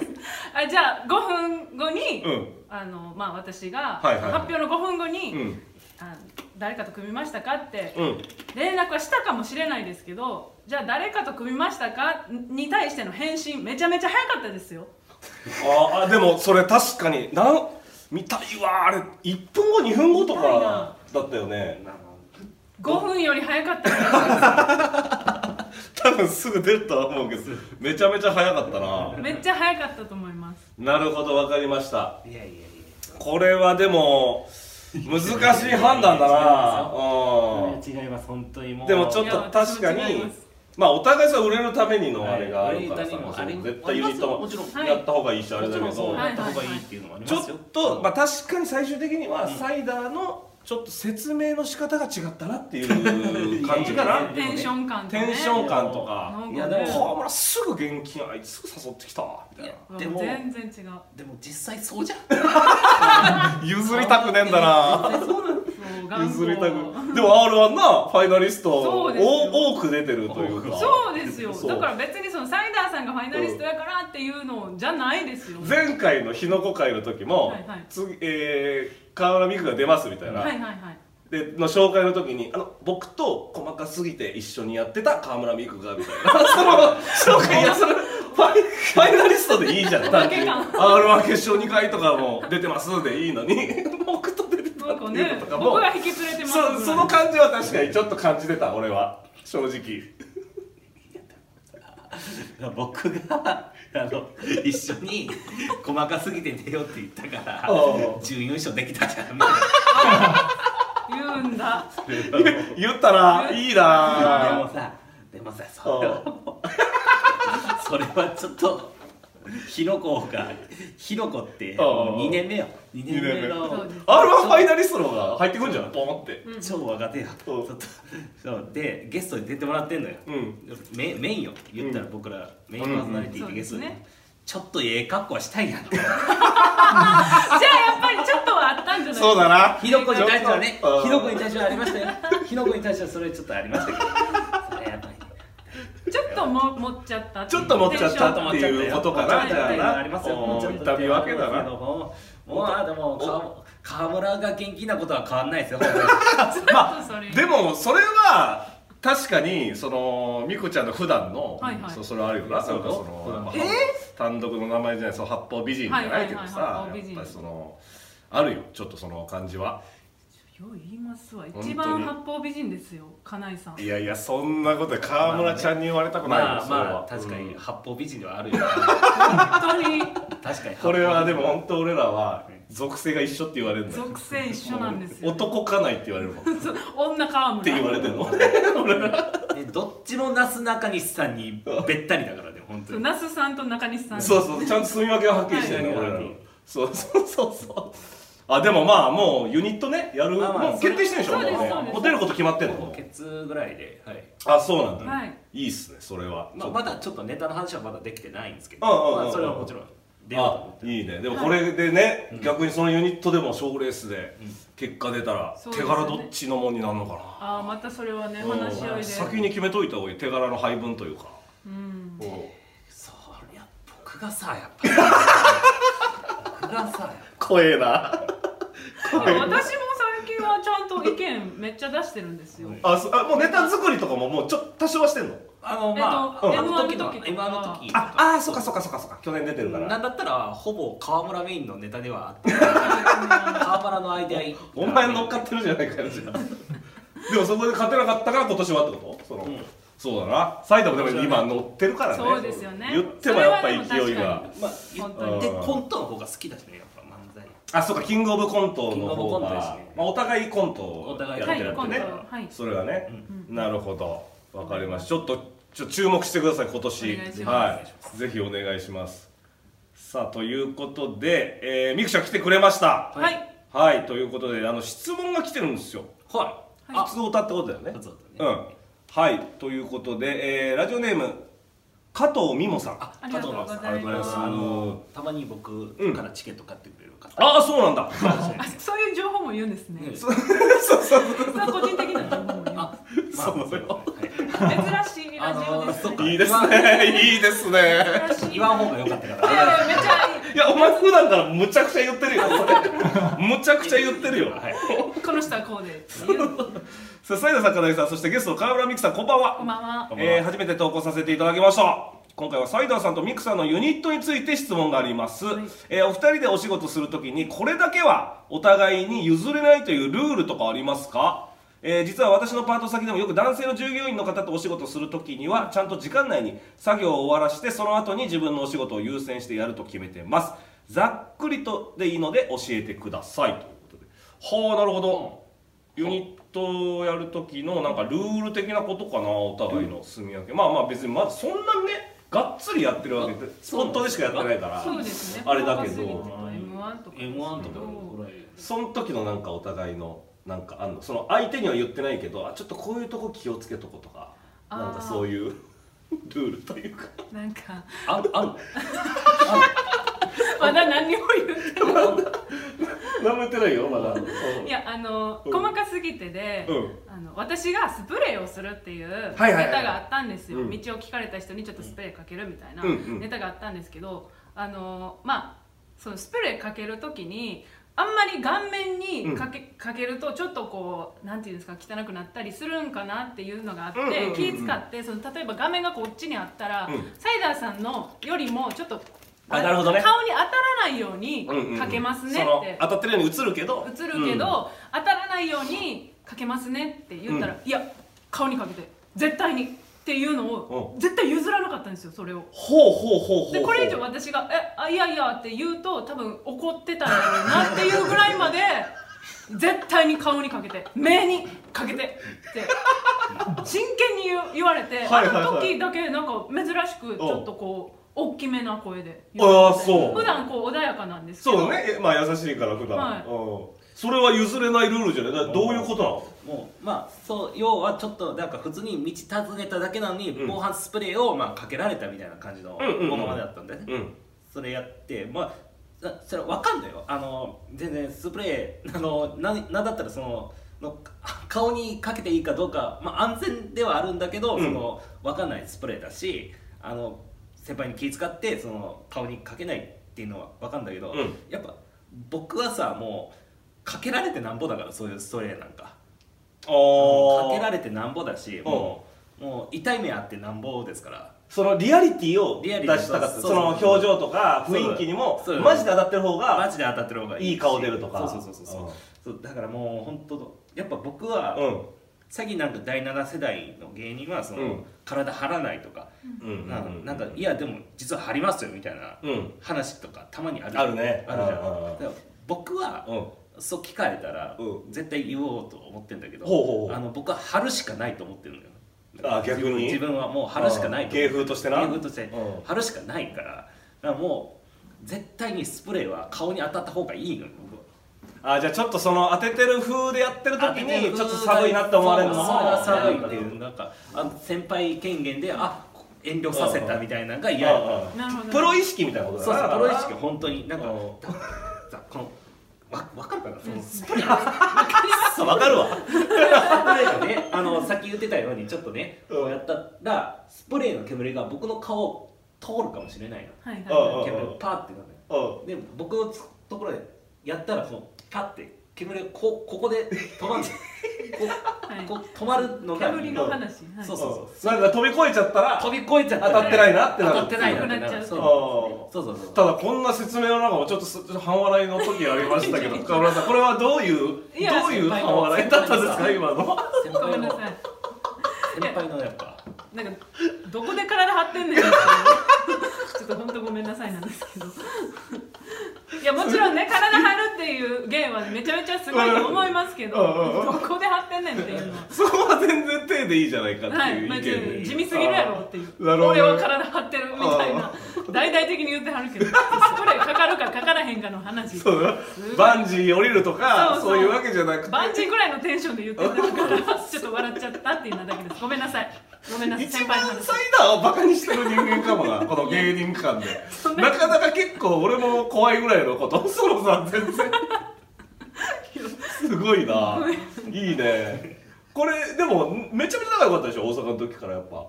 Speaker 3: あじゃあ五分後に、
Speaker 1: うん
Speaker 3: あのまあ私が、
Speaker 1: はいはいはい
Speaker 3: 発表の五分後に、
Speaker 1: うん
Speaker 3: あの誰かと組みましたかって、
Speaker 1: うん
Speaker 3: 連絡はしたかもしれないですけどじゃあ誰かと組みましたかに対しての返信めちゃめちゃ早かったですよ。
Speaker 1: ああでもそれ確かになん見たいわあれ1分後2分後と
Speaker 3: 見たい
Speaker 1: か
Speaker 3: な
Speaker 1: だったよね
Speaker 2: なんか
Speaker 3: 五分より早かったです。
Speaker 1: 多分すぐ出るとは思うけどめちゃめちゃ早かったな
Speaker 3: めっちゃ早かったと思います。
Speaker 1: なるほどわかりました
Speaker 2: いやいやいや
Speaker 1: これはでも難しい判断だな
Speaker 2: それは違います本当にも
Speaker 1: うん
Speaker 2: う
Speaker 1: でもちょっ
Speaker 2: い
Speaker 1: と
Speaker 2: や
Speaker 1: 確か
Speaker 3: いや私も違い
Speaker 1: に
Speaker 3: ます
Speaker 1: まあお互いさ売れるためにのあれがあ
Speaker 2: はい
Speaker 1: るからさ
Speaker 2: 売れるためにも
Speaker 1: そ
Speaker 2: あれ
Speaker 1: う絶対ユニット
Speaker 2: あり
Speaker 1: も
Speaker 2: ますよもちろん
Speaker 1: やった方がいいしあれだ
Speaker 2: もち
Speaker 1: け
Speaker 2: ろんそう
Speaker 1: ど
Speaker 3: はい
Speaker 2: やった方がいいっていうのはあり
Speaker 1: ちょ
Speaker 2: ま
Speaker 1: っ
Speaker 2: すよ
Speaker 1: とまあ確かに最終的にはサイダーのちょっと説明の仕方が違ったなって いう感じか
Speaker 2: いや
Speaker 1: な
Speaker 2: いやいやでもね
Speaker 3: テンション感と
Speaker 1: テ
Speaker 3: ね。
Speaker 1: ンション感と
Speaker 3: な
Speaker 1: か
Speaker 3: ん
Speaker 2: いや
Speaker 3: か
Speaker 2: でも
Speaker 3: ね。
Speaker 1: 河村すぐ現金あいつすぐ誘ってきたみたいな
Speaker 3: うわ
Speaker 2: でも
Speaker 3: 全然違う。
Speaker 2: でも実際そうじゃん
Speaker 1: 譲りたくねえんだな
Speaker 3: そうなんですよ。頑
Speaker 1: 譲
Speaker 3: 固
Speaker 1: りたくでも r 1なファイナリストを
Speaker 3: そうですよ
Speaker 1: 多く出てるというか
Speaker 3: そうですよ
Speaker 1: そう
Speaker 3: だから別にそのサイダーさんがファイナリストやからっていうのじゃないですよ、
Speaker 1: 前回の日の子会の時も、
Speaker 3: はいはい
Speaker 1: 次えー、河村美空が出ますみたいな、
Speaker 3: はいはいはい
Speaker 1: での紹介の時にあの僕と細かすぎて一緒にやってた河村ミクがみたいな その紹介いやそれファイファイナリストでいいじゃん
Speaker 3: わけ感
Speaker 1: r は決勝2回とかも出てますでいいのに 僕と出てた
Speaker 3: なん
Speaker 1: って
Speaker 3: か
Speaker 1: いう
Speaker 3: ね
Speaker 1: のとかも
Speaker 3: 僕が引き連れてます
Speaker 1: そその感じは確かにちょっと感じてた俺は正直
Speaker 2: 僕があの一緒に細かすぎて出ようって言ったから
Speaker 1: おう
Speaker 2: 準優勝できたじゃんみたい
Speaker 3: 言うんだ
Speaker 1: 言ったらいい
Speaker 2: な
Speaker 1: な
Speaker 2: で
Speaker 1: ぁ
Speaker 2: もさでもさそれはもうそれはちょっとひのこがひのこって
Speaker 1: おう
Speaker 2: 2年目よ2年目
Speaker 3: 二
Speaker 2: の
Speaker 3: 年目
Speaker 1: r 1ファイナリストの方が入ってくんじゃんポンって
Speaker 2: 超若手よち
Speaker 1: お
Speaker 2: ょ
Speaker 1: う
Speaker 2: っとそうでゲストに出てもらってんのよ
Speaker 1: うん
Speaker 2: メメインよ言ったら僕らメインパーソナリティでゲストに
Speaker 3: うんそうですね
Speaker 2: ちょっとええ格好はしたいやんって
Speaker 3: じゃあやっぱりちょっとはあったんじゃない
Speaker 1: そうだな
Speaker 2: ひのこに対して はね
Speaker 1: ちょっと
Speaker 2: ひのこに対してはありましたよひのこに対してはそれちょっとありましたけどそれやっぱり
Speaker 3: ちょっとも持っちゃった
Speaker 1: ちょっと持っちゃった
Speaker 2: ちょ
Speaker 1: っ
Speaker 2: っと
Speaker 1: て
Speaker 2: 待っちゃったよ
Speaker 1: いうことかな
Speaker 3: じゃあ
Speaker 1: な
Speaker 2: ありますよ
Speaker 1: おー
Speaker 2: ちょっと
Speaker 1: 痛み分けだな
Speaker 2: もうもうあでも川川村が元気なことは変わ んないですよ
Speaker 1: ま
Speaker 3: それ
Speaker 1: あでもそれは確かにそのみこちゃんの普段の、
Speaker 3: はいはい
Speaker 1: そそれはあるよななんかその、
Speaker 2: え
Speaker 1: 単独の名前じゃないそう八方美人じゃないけどさ、
Speaker 3: はいはいはいはい八方美人
Speaker 1: やっぱりそのあるよちょっとその感じは
Speaker 3: よう言いますわ
Speaker 1: 当に
Speaker 3: 一番八方美人ですよ金井さん
Speaker 1: いやいやそんなことで川村ちゃんに言われたくないよ、
Speaker 2: まあ
Speaker 1: それは
Speaker 2: まあ確か
Speaker 1: う
Speaker 2: に
Speaker 1: ん
Speaker 2: 八方美人ではあるよ
Speaker 3: 本当に
Speaker 2: 確かに
Speaker 1: これはでも本当俺らは属性が一緒って言われるんだよ
Speaker 3: 属性一緒なんですよ
Speaker 1: 男かないって言われるもんっ
Speaker 3: そう女川村
Speaker 1: て言われてるの
Speaker 2: でどっちもなすなかにしさんにべったりだからね本当
Speaker 3: そう
Speaker 2: に
Speaker 3: 那須さんと中西さん
Speaker 1: そうそうちゃんと住み分けははっきりしてるね、
Speaker 2: はい
Speaker 1: 俺らのそうそうそうそうあでもまあもうユニットねやる、
Speaker 2: まあまあ
Speaker 1: もう決定してるでしょ
Speaker 3: そうです
Speaker 1: もね
Speaker 3: そうです
Speaker 1: もう出ること決まってんの
Speaker 2: も
Speaker 1: も
Speaker 2: う
Speaker 1: う
Speaker 2: ケツぐらいではい
Speaker 1: あそうなんだ、
Speaker 3: はい、
Speaker 1: いいっすねそれは、
Speaker 2: まあ、
Speaker 1: ちょっ
Speaker 2: ま
Speaker 1: と
Speaker 2: だちょっとネタの話はまだできてないんですけど、
Speaker 1: うんうんうんうん
Speaker 2: まあ、それはもちろん出ようと思
Speaker 1: あ
Speaker 2: ってる
Speaker 1: いいねでもこれでね、逆にそのユニットでも賞レースで結果出たら、
Speaker 3: そうで
Speaker 1: 手
Speaker 3: すね
Speaker 1: 柄どっちのもんになるのかな
Speaker 3: ああまたそれはね
Speaker 1: うん
Speaker 3: 話し合いで
Speaker 1: 先に決めといた方がいい手柄の配分というか、
Speaker 3: うん
Speaker 1: うん
Speaker 2: そういや僕がさやっぱり僕がさやっぱ
Speaker 1: 怖えな
Speaker 3: で も私も最近はちゃんと意見めっちゃ出してるんですよ、
Speaker 1: あそあもうネタ作りとかももうちょ多少はしてんの
Speaker 2: あのまあ、
Speaker 3: えっと
Speaker 2: あの
Speaker 3: M1
Speaker 2: 時の
Speaker 3: の時とか
Speaker 2: M1 の時
Speaker 1: ああそっかそっかそっかそっか去年出てるから
Speaker 2: なんだったらほぼ川村メインのネタで はあって川村のアイデアい
Speaker 1: お前乗っかってるじゃないかよじゃあでもそこで勝てなかったから今年はってことその、
Speaker 2: ん
Speaker 1: そうだな埼玉でも今乗ってるからね
Speaker 3: そうですよね
Speaker 1: 言ってもやっぱ勢い
Speaker 3: それはで
Speaker 1: が
Speaker 3: も
Speaker 2: まあ言
Speaker 3: 本当
Speaker 2: っ
Speaker 1: に
Speaker 2: てコントの方が好きだしねやっぱ漫才
Speaker 1: あそうかキングオブコント
Speaker 2: キング
Speaker 1: の
Speaker 2: オブ
Speaker 1: 方
Speaker 2: コン
Speaker 1: が、
Speaker 2: トですね
Speaker 1: まあ、お互いコントを
Speaker 2: お互い
Speaker 1: やってるわけね、
Speaker 3: はいコントはい
Speaker 1: それはね、なるほどわかりましたちょっとちょ注目してください今年
Speaker 3: お願いします
Speaker 1: はいぜひお願いしますさあということで、えー、ミクちゃん来てくれました
Speaker 3: はい、
Speaker 1: はいということであの質問が来てるんですよ
Speaker 2: はい、
Speaker 3: はい
Speaker 1: 普通歌ってことだよね
Speaker 2: 普通
Speaker 1: う
Speaker 2: 歌ね
Speaker 1: んはいということで、えーラジオネーム加藤美もさんあ
Speaker 3: ありがとうございます
Speaker 2: 加藤のさんあ
Speaker 1: ありがとうございます
Speaker 2: のたまに僕からチケット買ってくれる方、
Speaker 1: あそうなんだ
Speaker 3: あそういう情報も言うんですね
Speaker 2: ね
Speaker 3: そう個人的な情報も言
Speaker 2: あまあ
Speaker 1: そうだよ
Speaker 2: はい
Speaker 3: うん珍しいラジオです
Speaker 2: そう
Speaker 3: ね
Speaker 2: か
Speaker 1: いいですねいいですね
Speaker 3: 珍しい
Speaker 2: 言わん方が良かったか
Speaker 3: いやい
Speaker 2: ら
Speaker 3: やめっちゃい
Speaker 1: いやお前普段からむちゃくちゃ言ってるよそれむちゃくちゃ言ってるよ
Speaker 2: はい
Speaker 3: いこの人はこうでっていう
Speaker 1: さあ斉田さん金井さんそしてゲストの河村美樹さんこんばんは
Speaker 3: こんばんは
Speaker 1: えー初めて投稿させていただきました今回はサイダーさんとミクさんのユニットについて質問があります、
Speaker 3: はい
Speaker 1: えーお二人でお仕事するときにこれだけはお互いに譲れないというルールとかありますか、えー実は私のパート先でもよく男性の従業員の方とお仕事するときにはちゃんと時間内に作業を終わらしてその後に自分のお仕事を優先してやると決めてますざっくりとでいいので教えてくださいということではあなるほどユニットをやる時のなんかルール的なことかなお互いの住み分けまあまあ別にまずそんなにねがっつりやってるわけでスポットでしかやってないから
Speaker 3: そうですね
Speaker 1: あれだけ
Speaker 3: パワー
Speaker 1: ど
Speaker 3: パスリーグとか M1 とか
Speaker 2: M1 とかのぐらい
Speaker 1: その時のなんかお互いのなんかあんのその相手には言ってないけどあちょっとこういうとこ気をつけとことか
Speaker 3: あー
Speaker 1: なんかそういう ルールというか
Speaker 3: なんか
Speaker 2: あるある
Speaker 3: まだ何にも言ってない
Speaker 1: 何も言ってないよまだ
Speaker 3: いやあの
Speaker 1: うん
Speaker 3: 細かすぎてで、
Speaker 1: う
Speaker 3: あの私がスプレーをするっていうネタ
Speaker 1: はいはい
Speaker 3: があったんですよ、
Speaker 1: うん
Speaker 3: 道を聞かれた人にちょっとスプレーかけるみたいな
Speaker 1: うんうん
Speaker 3: ネタがあったんですけど、あのまあそのスプレーかける時にあんまり顔面にかけ,、かけるとちょっとこうなんていうんですか汚くなったりするんかなっていうのがあって、
Speaker 1: うんうんうんうん
Speaker 3: 気使ってその例えば画面がこっちにあったら、
Speaker 1: うん
Speaker 3: サイダーさんのよりもちょっと
Speaker 1: あなるほどね
Speaker 3: 顔に当たらないように
Speaker 1: うんうんうん
Speaker 3: かけますねって、
Speaker 1: その当たってるように映るけど
Speaker 3: 映るけど、当たらないようにかけますねって言ったら、いや顔にかけて絶対にっていうのを、
Speaker 1: う
Speaker 3: 絶対譲らなかったんですよそれを。
Speaker 1: ほうほうほうほうほう
Speaker 3: でこれ以上私が「えあいやいや」って言うと多分怒ってたんだろうなっていうぐらいまで絶対に顔にかけて目にかけてって真剣に言う言われて、
Speaker 1: はいはいはい
Speaker 3: あの時だけなんか珍しくちょっとこう大きめな声で言
Speaker 1: ああ
Speaker 3: われて
Speaker 1: そう
Speaker 3: 普段こう穏やかなんですけど
Speaker 1: そうねえまあ優しいから普段、
Speaker 3: はい
Speaker 1: うんそれは譲れないルールじゃないだからどういうことなの
Speaker 2: もうまあそう要はちょっとなんか普通に道尋ねただけなのに、
Speaker 1: うん
Speaker 2: 防犯スプレーをまあかけられたみたいな感じの
Speaker 1: うんうんうん
Speaker 2: ものまでだったんでね、
Speaker 1: うん
Speaker 2: それやってまあそそれわかんないよあの全然スプレーあ のななんだったらそののあ顔にかけていいかどうか、まあ、安全ではあるんだけど、
Speaker 1: うん
Speaker 2: そのわかんないスプレーだしあの先輩に気遣ってその顔にかけないっていうのはわかんだけど、
Speaker 1: うん
Speaker 2: やっぱ僕はさもうかけられてなんぼだからそういうストレーなんか。
Speaker 1: あ
Speaker 2: か
Speaker 1: あ
Speaker 2: けられてなんぼだしもうもう痛い目あってなんぼですから
Speaker 1: そのリアリティを出
Speaker 2: リアリ
Speaker 1: し
Speaker 2: ティ
Speaker 1: たかった
Speaker 2: そう
Speaker 1: そ
Speaker 2: そう
Speaker 1: の表情とか雰囲気にも
Speaker 2: そう
Speaker 1: マジで当たってる方
Speaker 2: マ
Speaker 1: が
Speaker 2: ジで当たってる方がいいし
Speaker 1: いい顔出るとか
Speaker 2: そうそうそうそうそうだからもう本当やっぱ僕は、
Speaker 1: うん
Speaker 2: さっきなんか第7世代の芸人はその、
Speaker 1: うん
Speaker 2: 体張らないとか、
Speaker 1: うん
Speaker 2: ななんかいやでも実は張りますよみたいな
Speaker 1: うん
Speaker 2: 話とかたまにある
Speaker 1: あるね
Speaker 2: あるじゃ
Speaker 1: うんうんうん
Speaker 2: んだから僕は、
Speaker 1: うん
Speaker 2: そう聞かれたら、
Speaker 1: う
Speaker 2: 絶対言おうと思ってんだけど、
Speaker 1: ほうほうほう
Speaker 2: あの僕は貼るしかないと思ってるのよ
Speaker 1: あ逆に
Speaker 2: 自分自分はもう貼るしかない
Speaker 1: あ芸風としてな
Speaker 2: 芸風として
Speaker 1: うん
Speaker 2: 貼るしかないからだからもう絶対にスプレーは顔に当たった方がいいのよ僕は
Speaker 1: あじゃあちょっとその当ててる風でやってる時にちょっと寒いなって思われるのも
Speaker 2: そうそれが寒い
Speaker 1: な
Speaker 2: っ
Speaker 1: ん
Speaker 2: て
Speaker 1: か
Speaker 2: いうなんかあの先輩権限であ遠慮させたみたいなのが嫌やから
Speaker 1: うん
Speaker 3: なるほど
Speaker 1: プロ意識みたいなこと
Speaker 2: そう
Speaker 1: だ
Speaker 2: そう
Speaker 1: な
Speaker 2: プロ意識本当になんか
Speaker 1: うん
Speaker 2: さこのわ分かるかなそのスプレー
Speaker 1: そうわかるわ
Speaker 2: スプレーがねあのさっき言ってたようにちょっとねこうやったらスプレーの煙が僕の顔を通るかもしれない
Speaker 3: はいはい
Speaker 1: うん
Speaker 2: の煙がパーってなるのよ
Speaker 1: う
Speaker 2: で僕のところでやったらそのパッて煙がこここで 止まる
Speaker 3: はい
Speaker 2: ここ止まるのが
Speaker 3: 煙の話、はい
Speaker 2: そうそうん
Speaker 1: なんか飛び越えちゃったら
Speaker 2: 飛び越えちゃったら
Speaker 1: 当たってないなってなる
Speaker 2: 当たってないなってなる
Speaker 3: なくなっちゃう
Speaker 1: あ
Speaker 2: そうそうそうそう
Speaker 1: ただこんな説明の中もちょっとす半笑いの時ありましたけ ど河村さんこれはどういう
Speaker 3: いや
Speaker 1: どういう半笑いだったんですか
Speaker 2: 先
Speaker 1: 今の
Speaker 2: 先
Speaker 3: ごめ
Speaker 2: 輩
Speaker 3: んな
Speaker 2: の
Speaker 3: さい
Speaker 2: 先輩のやっぱ
Speaker 3: なんかどこで体張ってんねんっていう ちょっと本当ごめんなさいなんですけどいやもちろんね体張るっていう芸はめちゃめちゃすごいと思いますけど
Speaker 1: うんうんうん
Speaker 3: どこで張ってんねんっていうのは
Speaker 1: そこは全然手でいいじゃないかって
Speaker 3: はい
Speaker 1: いう意
Speaker 3: まあ
Speaker 1: 見
Speaker 3: ち
Speaker 1: で、
Speaker 3: ょっと地味すぎるやろっていう
Speaker 1: あーなるほどね
Speaker 3: 俺は体張ってるみたいな大々的に言ってはるけどスプレーかかるかかからへんかの話
Speaker 1: そうだ
Speaker 3: ごい
Speaker 1: バンジー降りるとか
Speaker 3: そう
Speaker 1: そ
Speaker 3: そう
Speaker 1: ういうわけじゃなくて
Speaker 3: バンジーぐらいのテンションで言ってたからちょっと笑っちゃったっていうのだけですごめんなさいごめんなさい
Speaker 1: 一
Speaker 3: 先輩の
Speaker 1: 番
Speaker 3: 話
Speaker 1: サイダーをバカにしてる人間かもなこの芸人間で
Speaker 3: んな
Speaker 1: なかなか結構俺も怖いぐらいのことそろそろ全然すごいないいねこれでもめちゃめちゃ仲良かったでしょ大阪の時からやっぱ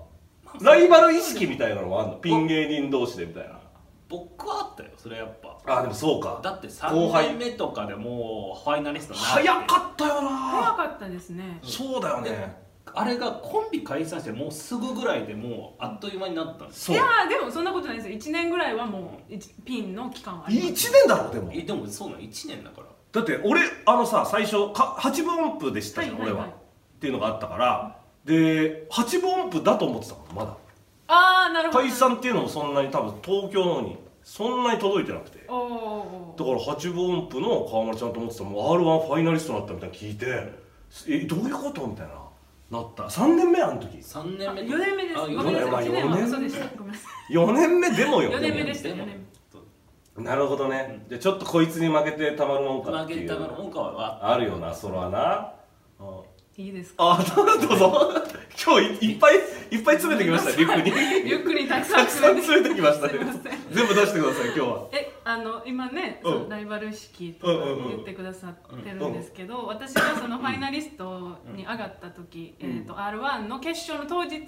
Speaker 1: ライバル意識みたいなのもあんのピン芸人同士でみたいな
Speaker 2: 僕はあったよそれやっぱ
Speaker 1: あでもそうか
Speaker 2: だって
Speaker 1: 後
Speaker 2: 3
Speaker 1: 輩
Speaker 2: 回目とかでもうファイナリストになって
Speaker 1: 早かったよ
Speaker 3: 早
Speaker 1: な
Speaker 3: かったですね
Speaker 1: そうだよね
Speaker 2: あれがコンビ解散してもうすぐぐらいでもうあっという間になったんです
Speaker 1: そ
Speaker 3: いうやーでもそんなことないですよ1年ぐらいはもういちピンの期間はありま
Speaker 1: 1
Speaker 3: す
Speaker 1: 年だろでも
Speaker 2: えでもそうなの1年だから
Speaker 1: だって俺あのさ最初か8分音符でしたじゃん、
Speaker 3: はいはいはい
Speaker 1: 俺はっていうのがあったからで8分音符だと思ってたからま
Speaker 3: ああなる
Speaker 1: だ
Speaker 3: ほど
Speaker 1: 解散っていうのもそんなに多分東京の方にそんなに届いてなくてだか
Speaker 3: おーおー
Speaker 1: ら8分音符の川村ちゃんと思ってたもう r 1ファイナリストになったみたいなの聞いてえどういうことみたいななった3年目あの時
Speaker 2: 3
Speaker 3: あ
Speaker 2: 年目
Speaker 3: 4年目です
Speaker 2: あ
Speaker 3: ごめ
Speaker 2: 四
Speaker 3: んな
Speaker 2: 年
Speaker 1: やば
Speaker 3: さい
Speaker 1: い
Speaker 3: 1年
Speaker 1: 四
Speaker 3: は
Speaker 1: 年
Speaker 3: 嘘でしたごめんなさ
Speaker 1: 4年目でもよ
Speaker 3: 四年目
Speaker 2: 目
Speaker 3: でしたよ
Speaker 2: も
Speaker 3: ね
Speaker 1: なるほどね、じゃあちょっとこいつに負けてたまるもんか
Speaker 2: 投
Speaker 1: ってい
Speaker 2: げ
Speaker 1: う
Speaker 2: たから文化は
Speaker 1: あるよなそらなうん
Speaker 3: いいいですか
Speaker 1: あ、どうぞ。今日いいっぱいいっぱい詰めてきました、リュックに。
Speaker 3: ゆっくりたくさ
Speaker 1: た
Speaker 3: ん
Speaker 1: くさん詰めてきましたね
Speaker 3: すいません。
Speaker 1: 全部出してください、今日は。
Speaker 3: えあの今ね、
Speaker 1: うん
Speaker 3: そのライバル意識とか言ってくださってるんですけど、私がそのファイナリストに上がった時、えー、と r 1の決勝の当日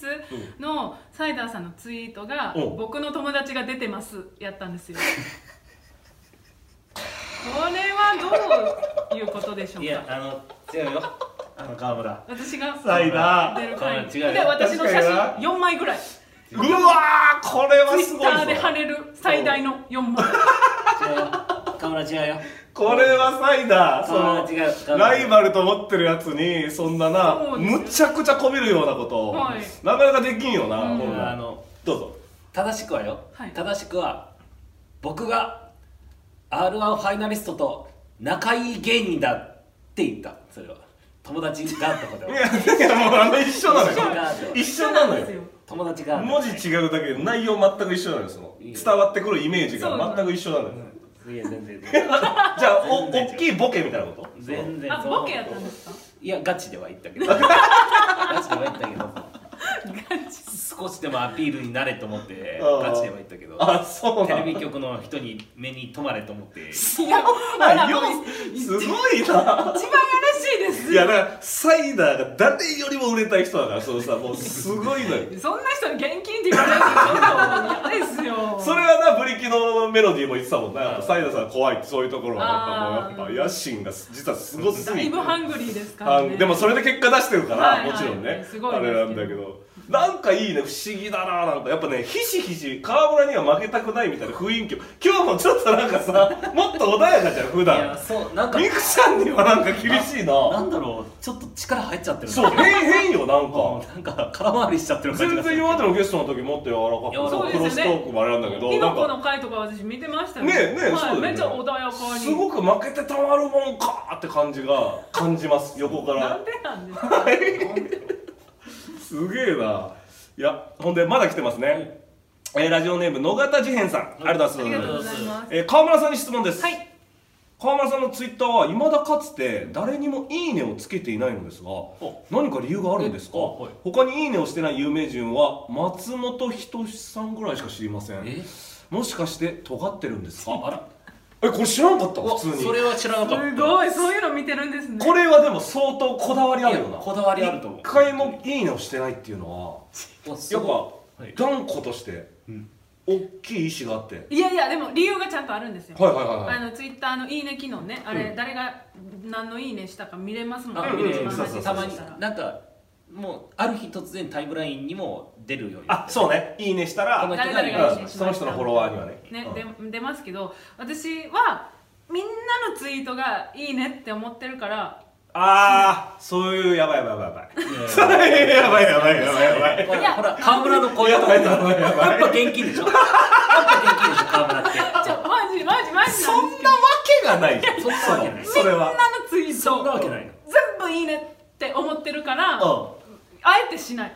Speaker 3: のサイダーさんのツイートが「
Speaker 1: うん
Speaker 3: 僕の友達が出てます」やったんですよ。これはどういうことでしょ
Speaker 2: いうや
Speaker 3: か
Speaker 2: あの違うよあの川村
Speaker 3: 私が
Speaker 4: 臭いな
Speaker 3: 出る回
Speaker 2: 違うよ
Speaker 3: で私の写
Speaker 1: 確か
Speaker 3: 真4枚ぐらいう
Speaker 1: わーこれは
Speaker 3: ツイ
Speaker 1: す
Speaker 3: ッ
Speaker 1: ごい
Speaker 3: ターで
Speaker 1: ぞ
Speaker 3: 貼れる最大の4枚
Speaker 2: 違うよ川村違うよ
Speaker 1: これはサイダーそ
Speaker 2: 川
Speaker 1: の
Speaker 2: 村違う川村
Speaker 1: ライバルと思ってるやつにそんなな
Speaker 3: そうです
Speaker 1: むちゃくちゃこびるようなこと、
Speaker 3: はい
Speaker 1: なかなかできんよな、
Speaker 3: うん
Speaker 1: こんな
Speaker 2: あの
Speaker 1: どうぞ
Speaker 2: 正しくはよ、
Speaker 3: はい
Speaker 2: 正しくは僕が r 1ファイナリストと仲いい芸人だって言ったそれは友達がってこと
Speaker 1: い
Speaker 2: よ
Speaker 1: やいやもうあの一緒なのよ一緒なのよ
Speaker 2: 友達が
Speaker 1: 文字違うだけで内容全く一緒なのよその
Speaker 2: いいよ
Speaker 1: 伝わってくるイメージ
Speaker 3: そう
Speaker 1: が全く一緒なのよ
Speaker 2: いや全然全然
Speaker 1: じゃあお
Speaker 2: 全然違う
Speaker 1: 大きいボケみたいなこと
Speaker 2: 全然
Speaker 3: あ
Speaker 2: そう
Speaker 3: ボケやったんですか
Speaker 2: いやガチでは言ったけどガチでは言ったけど
Speaker 3: ガチ
Speaker 2: 少しでもアピールになれと思って
Speaker 1: あー
Speaker 2: ガチでは言ったけど
Speaker 1: あそう
Speaker 2: テ
Speaker 1: な
Speaker 2: レ
Speaker 1: の
Speaker 2: ビ局の人に目に留まれと思って
Speaker 3: いやほら
Speaker 1: あよ
Speaker 3: もう
Speaker 1: すごい な
Speaker 3: 一番やらしいです
Speaker 1: いやだからサイダーが誰よりも売れたい人だからそのさもうすごい のよ
Speaker 3: そんな人に現金って言われるのちょっと嫌ですよ
Speaker 1: それはなブリキのメロディーも言ってたもんな
Speaker 2: うん
Speaker 1: サイダーさん怖いってそういうところはやっぱも
Speaker 3: あ
Speaker 1: う
Speaker 3: ー
Speaker 1: やっぱ野心が実はすごす
Speaker 3: だ
Speaker 1: ぎ
Speaker 3: い
Speaker 1: て
Speaker 3: ぶハングリーですから
Speaker 1: あ
Speaker 3: ね
Speaker 1: でもそれで結果出してるから、
Speaker 3: はいはい
Speaker 1: もちろんね
Speaker 3: すごい
Speaker 1: あ
Speaker 3: で
Speaker 1: れな
Speaker 3: すけど
Speaker 1: んだけどなんかいいね不思議だななんかやっぱねひしひし川村には負けたくないみたいな雰囲気今日もちょっとなんかさもっと穏やかじゃん普
Speaker 2: いや
Speaker 1: 段
Speaker 2: そうなんか
Speaker 1: ミクちゃんにはなんか厳しい
Speaker 2: な
Speaker 1: なん
Speaker 2: だろうちょっと力入っちゃってるんだ
Speaker 1: そう
Speaker 2: けど
Speaker 1: 変変よなん
Speaker 2: も
Speaker 1: か
Speaker 2: うなんか空回りしちゃってる感
Speaker 1: 全
Speaker 2: じがす
Speaker 1: 然
Speaker 2: る
Speaker 1: 今までのゲストの時もっと柔らか
Speaker 2: そう
Speaker 1: く
Speaker 2: です
Speaker 1: ク
Speaker 3: よ
Speaker 1: ロ
Speaker 3: ね
Speaker 1: ストークもあれなんだけど
Speaker 3: キ
Speaker 1: な
Speaker 3: ノ
Speaker 1: ん
Speaker 3: コ
Speaker 1: か
Speaker 3: の回とか私見てましたよ
Speaker 1: ねえねえそうだ
Speaker 3: は
Speaker 1: よ
Speaker 3: い、
Speaker 1: ね
Speaker 3: めっちゃ穏やかに
Speaker 1: すごく負けてたまるもんかーって感じが感じます横か
Speaker 3: な
Speaker 1: ら
Speaker 3: んでなんですか
Speaker 1: すげえないやほんでまだ来てますね、えーラジオネーム野方事変さん、ありがと
Speaker 3: あ
Speaker 1: うご
Speaker 3: り
Speaker 1: ざい
Speaker 3: が
Speaker 1: ます
Speaker 3: とうございます
Speaker 1: えー川村さんに質問です、
Speaker 3: はい
Speaker 1: 川村さんのツイッターはいまだかつて誰にも「いいね」をつけていないのですが何か理由があるんですか
Speaker 2: えあはい
Speaker 1: 他に「いいね」をしてない有名人は松本人志さんぐらいしか知りません
Speaker 2: え
Speaker 1: もしかして尖ってるんですか
Speaker 2: あら
Speaker 1: えこれ知らんかった
Speaker 2: うわ
Speaker 1: 普通に
Speaker 2: それは知らなかった
Speaker 3: すごいそういうの見てるんですね
Speaker 1: これはでも相当こだわりあるよ
Speaker 2: い
Speaker 1: な
Speaker 2: やこだわりあると思う
Speaker 1: 一回も「いいね」をしてないっていうのは
Speaker 2: おす
Speaker 1: やっぱ
Speaker 2: ごいはい
Speaker 1: 断固として
Speaker 2: うん
Speaker 1: 大きい意志があってはい
Speaker 3: いやいやでも理由がちゃんとあるんですよ
Speaker 1: はいはいはい
Speaker 3: あのツイッターのいいね機能ねあれ、
Speaker 1: うん
Speaker 3: 誰が何のいいねしたか見れますもんね
Speaker 2: あ
Speaker 1: うん
Speaker 2: 見れ
Speaker 1: うん
Speaker 2: ます
Speaker 1: そうそうそう
Speaker 2: たまになんかもうある日突然タイムラインにも出るようにな
Speaker 1: あ
Speaker 2: って
Speaker 1: そうね「いいね」したら
Speaker 2: この人
Speaker 3: 誰
Speaker 2: が
Speaker 3: 々
Speaker 2: いい
Speaker 3: がいい
Speaker 1: うん
Speaker 3: ねし
Speaker 1: そ
Speaker 3: まし
Speaker 1: の人
Speaker 3: た
Speaker 1: のフォロワーにはね
Speaker 3: ね
Speaker 1: うん、
Speaker 3: で出ますけど私はみんなのツイートがいいねって思ってるから
Speaker 1: ああそういうやばいやばいやばい
Speaker 2: いやいや
Speaker 1: やばいやばいやばいやばいやばい
Speaker 2: ほらほら河村のこういうとこやっぱ現金でしょやっぱ現金でしょ河村って
Speaker 3: ちょマジマジマジなんですけ
Speaker 1: そ
Speaker 3: ど
Speaker 1: んなわけがないじゃん
Speaker 2: そんなわけない
Speaker 1: それ
Speaker 3: みんな
Speaker 1: は
Speaker 3: のツイー
Speaker 2: そんなわ
Speaker 3: ト
Speaker 2: けないの
Speaker 3: 全部いいねって思ってるからあ
Speaker 1: う
Speaker 3: えてしない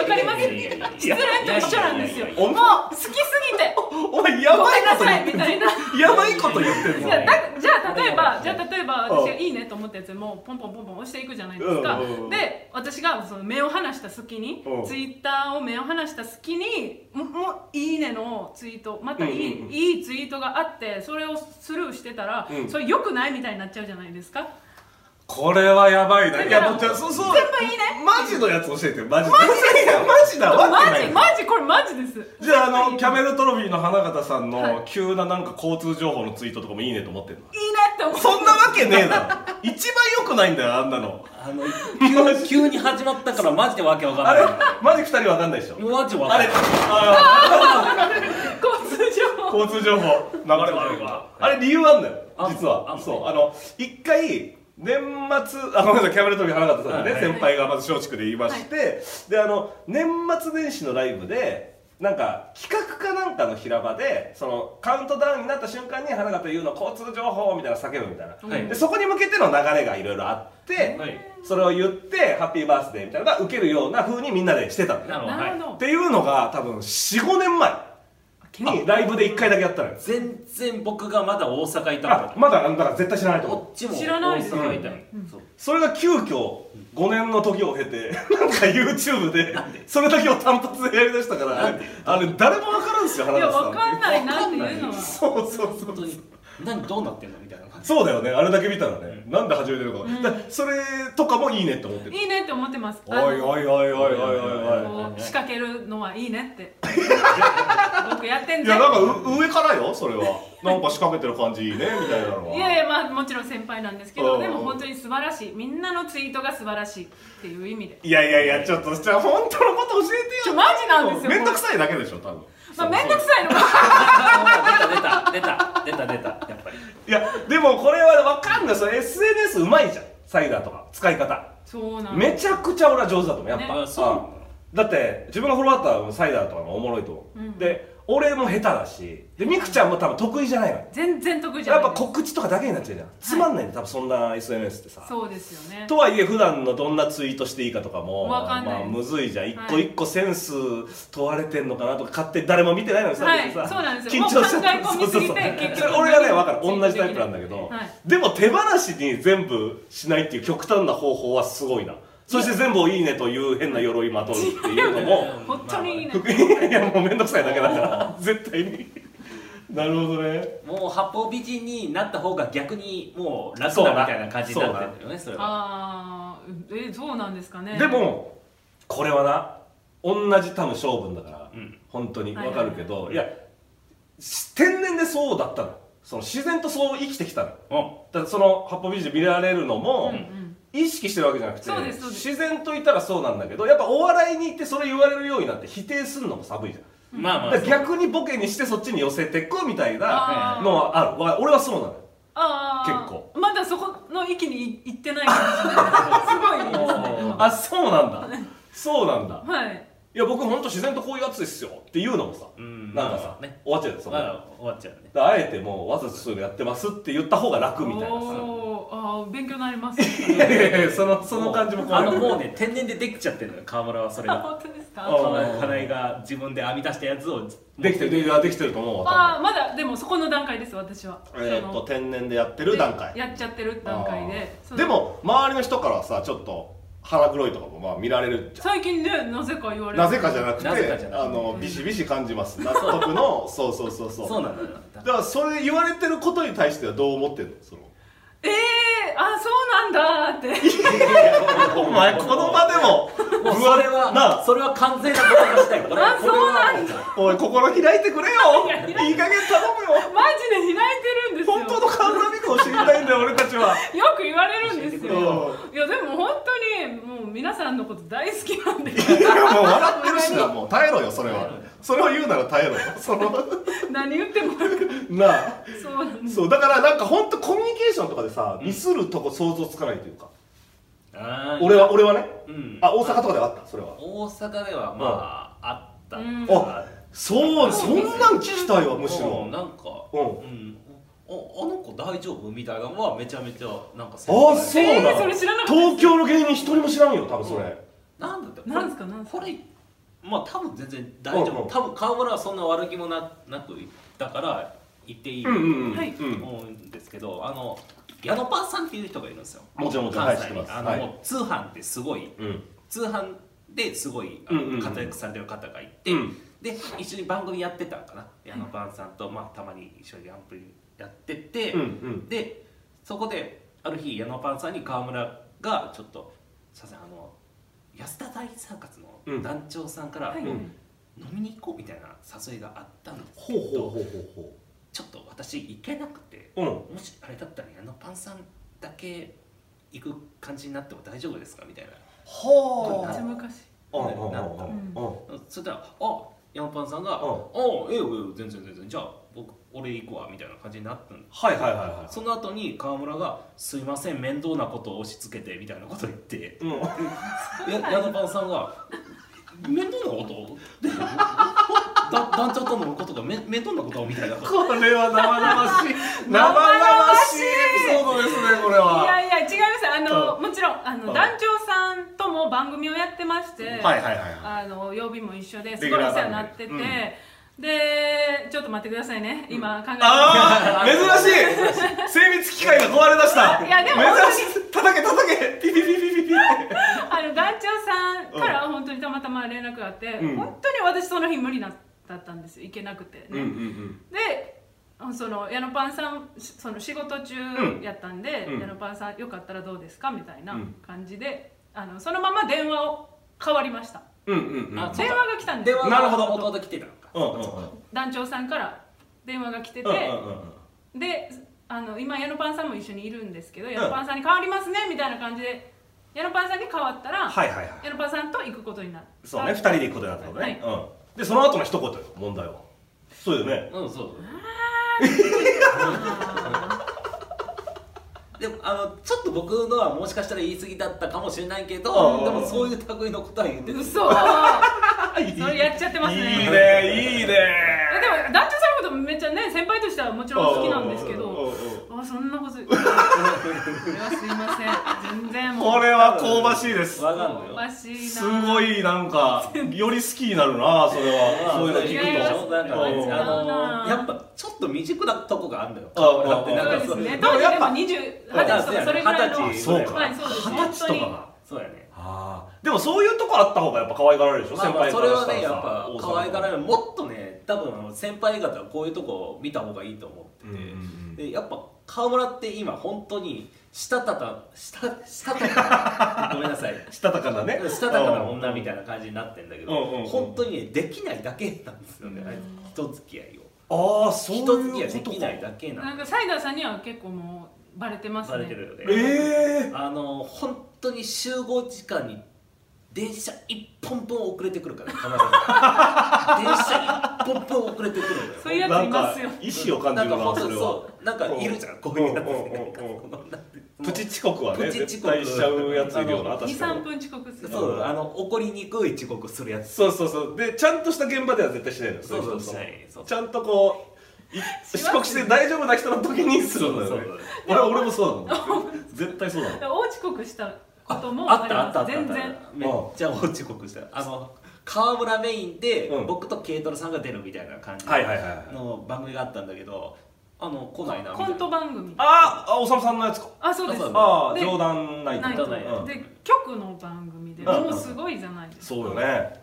Speaker 3: わかります
Speaker 2: いやいやいやいや
Speaker 3: 失恋と一緒なんですよ
Speaker 2: いやいやいやい
Speaker 3: も
Speaker 1: や
Speaker 3: う好きすぎて
Speaker 1: んお前や
Speaker 3: ご
Speaker 1: ば
Speaker 3: め
Speaker 1: い
Speaker 3: ん
Speaker 1: こ
Speaker 3: な
Speaker 1: と
Speaker 3: さ
Speaker 1: 言
Speaker 3: い
Speaker 1: っ
Speaker 3: み
Speaker 1: て
Speaker 3: たいな
Speaker 1: やばいこと言ってん
Speaker 3: い
Speaker 1: ぞ
Speaker 2: い
Speaker 3: やだじゃあ例えば
Speaker 2: うん
Speaker 3: じゃあ例えば
Speaker 1: うん
Speaker 3: 私が「いいね」と思ったやつもうポンポンポンポン押していくじゃないですか、
Speaker 1: うんうんうん
Speaker 3: で私がその目を離した隙に
Speaker 1: うん
Speaker 3: ツイッターを目を離した隙にももう「いいね」のツイートまたいい,、
Speaker 1: うんうんうん
Speaker 3: いいツイートがあってそれをスルーしてたら、
Speaker 1: うん
Speaker 3: それ良くないみたいになっちゃうじゃないですか
Speaker 1: これはやばいない
Speaker 3: だ
Speaker 1: や
Speaker 3: から
Speaker 1: もうじゃあそうそう
Speaker 3: 全部いいね
Speaker 1: マジのやつ教えてよマジマジだマジだわけ
Speaker 3: マ
Speaker 1: な
Speaker 3: ジ
Speaker 1: い
Speaker 3: マジこれマジです
Speaker 1: じゃああ
Speaker 3: 全部いい
Speaker 1: の
Speaker 3: ね
Speaker 1: キャメルトロフィーの花形さん
Speaker 3: は
Speaker 1: の急ななんか交通情報のツイートとかもいいねと思ってるの
Speaker 3: いいねって思って
Speaker 1: そんなわけねえだろ一番良くないんだよあんなの
Speaker 2: あの急急に始まったからマジでわけわかん
Speaker 1: あ
Speaker 2: ない
Speaker 1: れマジ二人わかんないでしょ
Speaker 2: マジわか
Speaker 1: あ
Speaker 2: んな
Speaker 1: れ
Speaker 2: い
Speaker 1: あ
Speaker 3: 交通
Speaker 1: ー
Speaker 3: 情報
Speaker 1: 交通情報流れ悪いわあれ理由あんだよ
Speaker 2: あ
Speaker 1: 実は
Speaker 2: あ
Speaker 1: そうあの一回年末あごめんなさいキャメルトロフィー花形さんでね
Speaker 2: はい
Speaker 1: 先輩がまず松竹で言いましてであの年末年始のライブでなんか企画かなんかの平場でそのカウントダウンになった瞬間に花形言うの交通情報みたいな叫ぶみたいな
Speaker 2: はい
Speaker 1: でそこに向けての流れがいろいろあって、
Speaker 2: はい
Speaker 1: それを言ってハッピーバースデーみたいなのが受けるような風にみんなでしてたんだよ
Speaker 2: なるほど
Speaker 3: なる
Speaker 2: はい
Speaker 3: ほ
Speaker 1: っ
Speaker 3: ど
Speaker 1: ていうのが多分45年前にライブで1回だけやったのよ
Speaker 2: 全然僕がまだ大阪いた
Speaker 1: あ
Speaker 2: か
Speaker 1: まだだから絶対知らない
Speaker 2: ら
Speaker 1: と
Speaker 2: こ
Speaker 1: 思う
Speaker 2: っちも
Speaker 3: 知らないです
Speaker 2: 大阪いたのそう
Speaker 1: それが急遽5年の時を経て なんか YouTube でそれだけを単発でやりだしたからあれ誰も分からんすよ
Speaker 3: い
Speaker 1: 原
Speaker 3: や
Speaker 1: 田さん
Speaker 3: わかんないなっていうのは
Speaker 1: そうそうそう
Speaker 2: 本当に何どうなってんのみたいな感じ
Speaker 1: そうだよねあれだけ見たらね、なんで始めてるのか,、だからそれとかもいいねって思ってる
Speaker 3: いいねって思ってますあの
Speaker 1: おいおいおいおいおいおいおい
Speaker 3: こう仕掛けるのはいいねって 僕やってん
Speaker 1: い
Speaker 3: ぜ
Speaker 1: やなんかう上からよそれはなんか仕掛けてる感じいいねみたいなのはい
Speaker 3: やいやまあもちろん先輩なんですけ
Speaker 1: う
Speaker 3: ど
Speaker 1: ん
Speaker 3: でも本当に素晴らしいみんなのツイートが素晴らしいっていう意味で
Speaker 1: いやいやいやちょっとじゃあ本当のこと教えて
Speaker 3: ち
Speaker 1: よ
Speaker 3: ょマジなんですよ
Speaker 1: めんどくさいだけでしょ多分
Speaker 3: まあ面倒くさいのが
Speaker 2: あ出た出た出た出た出たやっぱり
Speaker 1: いやでもこれはわかんないその SNS うまいじゃんサイダーとか使い方
Speaker 3: そうなんです
Speaker 1: めちゃくちゃ俺は上手だと思うやっぱ、
Speaker 2: ねあそうなの
Speaker 1: だって自分がフォロワーだったらサイダーとかもおもろいと思う、
Speaker 3: うん
Speaker 1: で俺も下手だしでみくちゃんも多分得意じゃないの
Speaker 3: 全然得意じゃ
Speaker 1: や
Speaker 3: な
Speaker 1: っ
Speaker 3: い
Speaker 1: ぱ告知とかだけになっちゃうじゃん、つまんないんだ多分そんな SNS ってさ
Speaker 3: そうですよね
Speaker 1: とはいえ普段のどんなツイートしていいかとかも
Speaker 3: わかんない
Speaker 1: まあ、むずいじゃん一個
Speaker 3: はい
Speaker 1: 一個センス問われてんのかなとか勝手に誰も見てないのにさ,、
Speaker 3: はい
Speaker 1: さ
Speaker 3: そうなんです
Speaker 1: 緊
Speaker 3: よ
Speaker 1: 張しちゃって
Speaker 3: もう考え込みすぎて結局
Speaker 1: それ俺がね分かる同じタイプなんだけど、
Speaker 3: はい
Speaker 1: でも手放しに全部しないっていう極端な方法はすごいなそして全部をいいねという変な鎧まとうっていうのも
Speaker 3: 本当にいいね
Speaker 1: いやいやもう面倒くさいだけだから絶対になるほどね
Speaker 2: もう八方美人になった方が逆にもう楽
Speaker 1: そう
Speaker 2: だ
Speaker 1: だ
Speaker 2: みたいな感じになってるんだよねそれは
Speaker 3: ああえそうなんですかね
Speaker 1: でもこれはな同じ多分性分だから、
Speaker 2: うん
Speaker 1: 本当に
Speaker 3: はい
Speaker 1: わかるけど、いやし天然でそうだったのその自然とそう生きてきたのだ
Speaker 2: う
Speaker 1: から
Speaker 2: ん
Speaker 1: その八方美人見られるのも、
Speaker 3: うんうん
Speaker 1: 意識してるわけじゃなくて
Speaker 3: そうですそうです
Speaker 1: 自然といたらそうなんだけどやっぱお笑いに行ってそれ言われるようになって否定するのも寒いじゃん
Speaker 2: まあまあ
Speaker 1: だから逆にボケにしてそっちに寄せてくみたいな
Speaker 3: あー
Speaker 1: のはあるわ俺はそうなのよ
Speaker 3: ああ
Speaker 1: 結構
Speaker 3: まだそこの域に行ってないかもし れないすごいですね
Speaker 2: もう
Speaker 1: あそうなんだそうなんだ
Speaker 3: はい
Speaker 1: いや僕ほんと自然とこういうやつですよっていうのもさ、
Speaker 2: うん
Speaker 1: なんかさ、
Speaker 2: ね
Speaker 1: 終わっちゃうよそこ
Speaker 2: まあ終わっちゃうね
Speaker 1: だからあえてもうわざとそういうのやってますって言った方が楽みたいなさ
Speaker 3: おーあー勉強になります
Speaker 1: いやいやい やそのその感じも
Speaker 2: あのもう
Speaker 1: ね
Speaker 2: ね天然でできちゃってるのよ川村はそれ
Speaker 3: あ
Speaker 2: が
Speaker 3: 本当です
Speaker 1: あ
Speaker 3: か
Speaker 2: 金井金井が自分で編み出したやつを
Speaker 1: できてるできてるできてると思うわ
Speaker 3: ああまだでもそこの段階です私は
Speaker 1: 多分えーっと
Speaker 3: その
Speaker 1: 天然でやってる段階
Speaker 3: やっちゃってる段階で
Speaker 1: あー
Speaker 3: その
Speaker 1: でも周りの人からはさちょっと腹黒いとかもまあ見られるじゃん
Speaker 3: 最近ねなぜか言われる
Speaker 1: なぜかじゃなくて
Speaker 2: なぜかじゃなく
Speaker 1: あ
Speaker 2: て
Speaker 1: のビシビシ感じます納得の そうそうそうそう
Speaker 2: そうなんだよな
Speaker 1: だからそれ言われてることに対してはどう思ってんのその
Speaker 3: ええー、あそうな んだって
Speaker 1: お前この場でも
Speaker 2: もうそれは
Speaker 1: なあ
Speaker 2: それは完全なごまかしたよこれ
Speaker 3: あ
Speaker 2: これは
Speaker 3: そうなんだ
Speaker 1: おい心開いてくれ
Speaker 3: い
Speaker 1: よ
Speaker 3: や
Speaker 1: いい加減頼むよ
Speaker 3: マジで開いてるんですよ
Speaker 1: 本当の川村美子を知りたいんだよ俺たちは
Speaker 3: よく言われるんですよ
Speaker 1: う
Speaker 3: いやでも本当にもう皆さんのこと大好き なんで
Speaker 1: いやもう笑ってるし なもう耐えろよそれはそれを言うなら耐えろ よその
Speaker 3: 何言っても
Speaker 1: なあ
Speaker 3: そうなんです
Speaker 1: そうだからなんか本当コミュニケーションとかでさミスるとこ想像つかないというか
Speaker 2: あー
Speaker 1: 俺は俺はね
Speaker 2: うん
Speaker 1: あ大阪とかではあったそれは
Speaker 2: 大阪ではまああった
Speaker 3: うん
Speaker 1: あそうそんなん聞きたいわむし
Speaker 2: うん
Speaker 1: ろ
Speaker 2: なんか
Speaker 1: うん
Speaker 2: んああの子大丈夫みたいなのはめちゃめちゃなんか
Speaker 1: あ
Speaker 2: あ
Speaker 1: そうな
Speaker 3: えーそれ知らなかったです
Speaker 1: 東京の芸人一人も知らんよ多分それ
Speaker 2: なんだって
Speaker 3: なんですかなんですか
Speaker 2: これまあ多分全然大丈
Speaker 1: うんう
Speaker 2: 夫
Speaker 1: ん
Speaker 2: 多分川村はそんな悪気もななくだから言っていい
Speaker 1: うんうんうん
Speaker 3: はい
Speaker 1: うん
Speaker 2: 思うんですけどあの矢野パンさんっていう人がいるんですよ
Speaker 1: もちろんもちろんは
Speaker 2: 関
Speaker 1: い知っ
Speaker 2: 西
Speaker 1: て
Speaker 2: に
Speaker 1: ます
Speaker 2: あ
Speaker 1: は
Speaker 2: の
Speaker 1: い
Speaker 2: もう通販ってすごい
Speaker 1: うん
Speaker 2: 通販ですごいあの
Speaker 1: うんうんうん
Speaker 2: 活躍されてる方がいて、
Speaker 1: うん
Speaker 2: で一緒に番組やってたのかな矢野パンさんと、まあ、たまに一緒にアンプリやってて、
Speaker 1: うんうん
Speaker 2: でそこである日矢野パンさんに川村がちょっと「すいませんあの安田大サーカスの団長さんから、
Speaker 3: はい
Speaker 1: うん
Speaker 2: 飲みに行こうみたいな誘いがあったんですけ
Speaker 1: ほう
Speaker 2: ど
Speaker 1: ほうほうほ
Speaker 2: ちょっと私行けなくて
Speaker 1: うほう
Speaker 2: もしあれだったら矢野パンさんだけ行く感じになっても大丈夫ですかみたいな
Speaker 1: ほ
Speaker 3: めっちゃ昔
Speaker 1: うんうん
Speaker 2: なった
Speaker 1: うんうん
Speaker 2: そしたら「あヤンパンさんが「あ
Speaker 1: うん
Speaker 2: ええよええよ全然全然じゃあ僕俺行くわ」みたいな感じになったん
Speaker 1: はいはいはいは
Speaker 2: その後に川村が「すいません面倒なことを押し付けて」みたいなこと言って
Speaker 1: いうん
Speaker 2: やヤンパンさんが「面倒なこと?」 ってだ団長とのことがめ面倒なことみたいなこと
Speaker 1: これは生々しい生
Speaker 3: 々
Speaker 1: 々し
Speaker 3: し
Speaker 1: い
Speaker 3: い
Speaker 1: エピソードですねこれ
Speaker 3: いや
Speaker 1: はい
Speaker 3: や違いますあの
Speaker 1: う
Speaker 3: もちろんあ
Speaker 1: うん
Speaker 3: の団長さんとも番組をやってまして
Speaker 1: はいはいはいは
Speaker 3: あの曜日も一緒です
Speaker 1: レギ
Speaker 3: ご
Speaker 1: ュラ
Speaker 3: いお
Speaker 1: ー
Speaker 3: 世話
Speaker 1: 番組
Speaker 3: になってて、
Speaker 1: うん
Speaker 3: でちょっと待ってくださいね今考えてます
Speaker 1: ああ珍しい精密機械が壊れだした
Speaker 3: いやでも
Speaker 1: 珍しい叩け叩けピピピピピピ
Speaker 3: あの団長さんから本当にたまたま連絡があって、
Speaker 1: うん
Speaker 3: 本当に私その日無理だったんですよ行けなくてね、
Speaker 1: うんうん
Speaker 3: であその矢野パンさんしその仕事中
Speaker 1: うん
Speaker 3: やったんで、
Speaker 1: うん
Speaker 3: 矢野パンさんよかったらどうですかみたいな
Speaker 1: うん
Speaker 3: 感じで、あのそのまま電話を変わりました
Speaker 1: うんうんうん
Speaker 2: あそう
Speaker 3: 電話が来たんで
Speaker 2: 電
Speaker 3: すよ
Speaker 2: 話
Speaker 1: なるほ
Speaker 2: が
Speaker 1: ど
Speaker 2: 元々来てたのか
Speaker 1: うんうんうん
Speaker 3: 団長さんから電話が来てて、
Speaker 1: うんうんうん
Speaker 3: であの今矢野パンさんも一緒にいるんですけど、
Speaker 1: ん
Speaker 3: 矢野パンさんに変わりますねみたいな感じで矢野パンさんに変わったら、
Speaker 1: はいはいはい
Speaker 3: 矢野パンさんと行くことになった
Speaker 1: そうね、二人で行くことになったのね、
Speaker 3: はい
Speaker 1: うん、でその後の一言よ問題はそうよ ね
Speaker 2: うんそうでもあのちょっと僕のはもしかしたら言い過ぎだったかもしれないけ
Speaker 1: あ
Speaker 2: ど
Speaker 1: あ
Speaker 2: でもそういう類のことは言って る
Speaker 3: 嘘それやっちゃってますね
Speaker 1: いいねいいね
Speaker 3: えでも団長さんのことめっちゃね先輩としてはもちろん好きなんですけ
Speaker 1: うん
Speaker 3: ど
Speaker 1: うんうん
Speaker 3: あそんなことこれはすいません全然もう
Speaker 1: これは香ばしいです
Speaker 2: わかんのよ
Speaker 3: おかしいな
Speaker 1: すごいなんかより好きになるなそれはそういうの
Speaker 3: いやいや
Speaker 1: 聞くと
Speaker 2: なんかね
Speaker 1: うん
Speaker 2: あ
Speaker 3: う
Speaker 2: の
Speaker 3: ん
Speaker 2: やっぱちょっと未熟なとこがあるんだよ
Speaker 1: ああ
Speaker 2: だって
Speaker 1: ああ
Speaker 2: なん
Speaker 3: そう
Speaker 2: か
Speaker 3: ですね
Speaker 1: で
Speaker 3: 当
Speaker 1: も
Speaker 3: 時で
Speaker 1: やっ
Speaker 3: も
Speaker 1: ぱ
Speaker 3: 20二十歳とかそれぐらいの
Speaker 2: 二十歳
Speaker 1: そうか
Speaker 3: はいそうです
Speaker 1: 二十歳とかが
Speaker 2: そうやね
Speaker 1: ああでもそういうとこあった方がやっぱ可愛がられるでしょ、
Speaker 2: まあまあ
Speaker 1: 先
Speaker 2: そ
Speaker 1: 輩か
Speaker 2: れ
Speaker 1: ら
Speaker 2: は
Speaker 1: したら
Speaker 2: ね
Speaker 1: さ
Speaker 2: やっぱ
Speaker 1: 王様
Speaker 2: 可愛がられるもっとね多分あの先輩方はこういうとこを見た方がいいと思ってて、
Speaker 1: うんうんうん
Speaker 2: でやっぱ河村って今本当にしたたたしたしたた かごめんなさい
Speaker 1: したたかなね
Speaker 2: したたかな女みたいな感じになってんだけど、
Speaker 1: うんうんうん
Speaker 2: 本当にねできないだけなんですよね、あいつ人付き合いを
Speaker 1: ああそういう
Speaker 2: 人付き合いで
Speaker 1: こと
Speaker 2: き
Speaker 1: か
Speaker 2: ないだけな
Speaker 3: なんんかサイダーさんには結構もうバレてますね
Speaker 2: されてるよね
Speaker 1: ええ
Speaker 2: あの本当に集合時間に電車一本分遅れてくるから必ず電車一本分遅れてくるのよ
Speaker 3: そういうやついますよ
Speaker 1: なんか意志を感じるな
Speaker 2: なん
Speaker 1: そ
Speaker 2: か本
Speaker 1: れ
Speaker 2: 当
Speaker 1: は
Speaker 2: そうなんかいるじゃんこういうやつね
Speaker 1: うんうんうんうん
Speaker 2: なんかその
Speaker 1: プチ遅刻はね
Speaker 2: プチ遅
Speaker 1: 絶
Speaker 2: 刻
Speaker 1: 対しちゃうやついるよな確か
Speaker 3: 23
Speaker 1: に
Speaker 3: 分遅刻する
Speaker 2: そうあの怒りにくい遅刻するやつ
Speaker 1: そうそうそうでちゃんとした現場では絶対しないの
Speaker 2: そうそう
Speaker 1: い人
Speaker 2: しないそう
Speaker 1: ちゃんとこうい
Speaker 3: す
Speaker 1: 遅刻して大丈夫な人の時にするんだよね
Speaker 2: そうそう
Speaker 1: 俺俺もそうなの 絶対そうなの
Speaker 3: だから大遅刻したことも
Speaker 2: あ
Speaker 3: あ
Speaker 2: っ
Speaker 3: り
Speaker 2: たあ
Speaker 3: ま
Speaker 2: ったあ
Speaker 3: す
Speaker 2: った
Speaker 3: 全然
Speaker 2: めっちゃ遅刻したあの川村メインで
Speaker 1: うん
Speaker 2: 僕と軽トラさんが出るみたいな感じ
Speaker 1: はいはいはいはい
Speaker 2: の番組があったんだけどあの来ないなみた
Speaker 3: コ
Speaker 2: いな
Speaker 3: ント番組
Speaker 1: あーあおさむさんのやつか
Speaker 3: あそうです
Speaker 2: そう
Speaker 1: ああ
Speaker 3: で
Speaker 1: 冗談ない
Speaker 3: ない
Speaker 1: と
Speaker 3: と
Speaker 1: う
Speaker 2: ないと
Speaker 1: ん
Speaker 3: で局の番組で
Speaker 1: うん
Speaker 3: もうすごいじゃないですか
Speaker 1: そうよね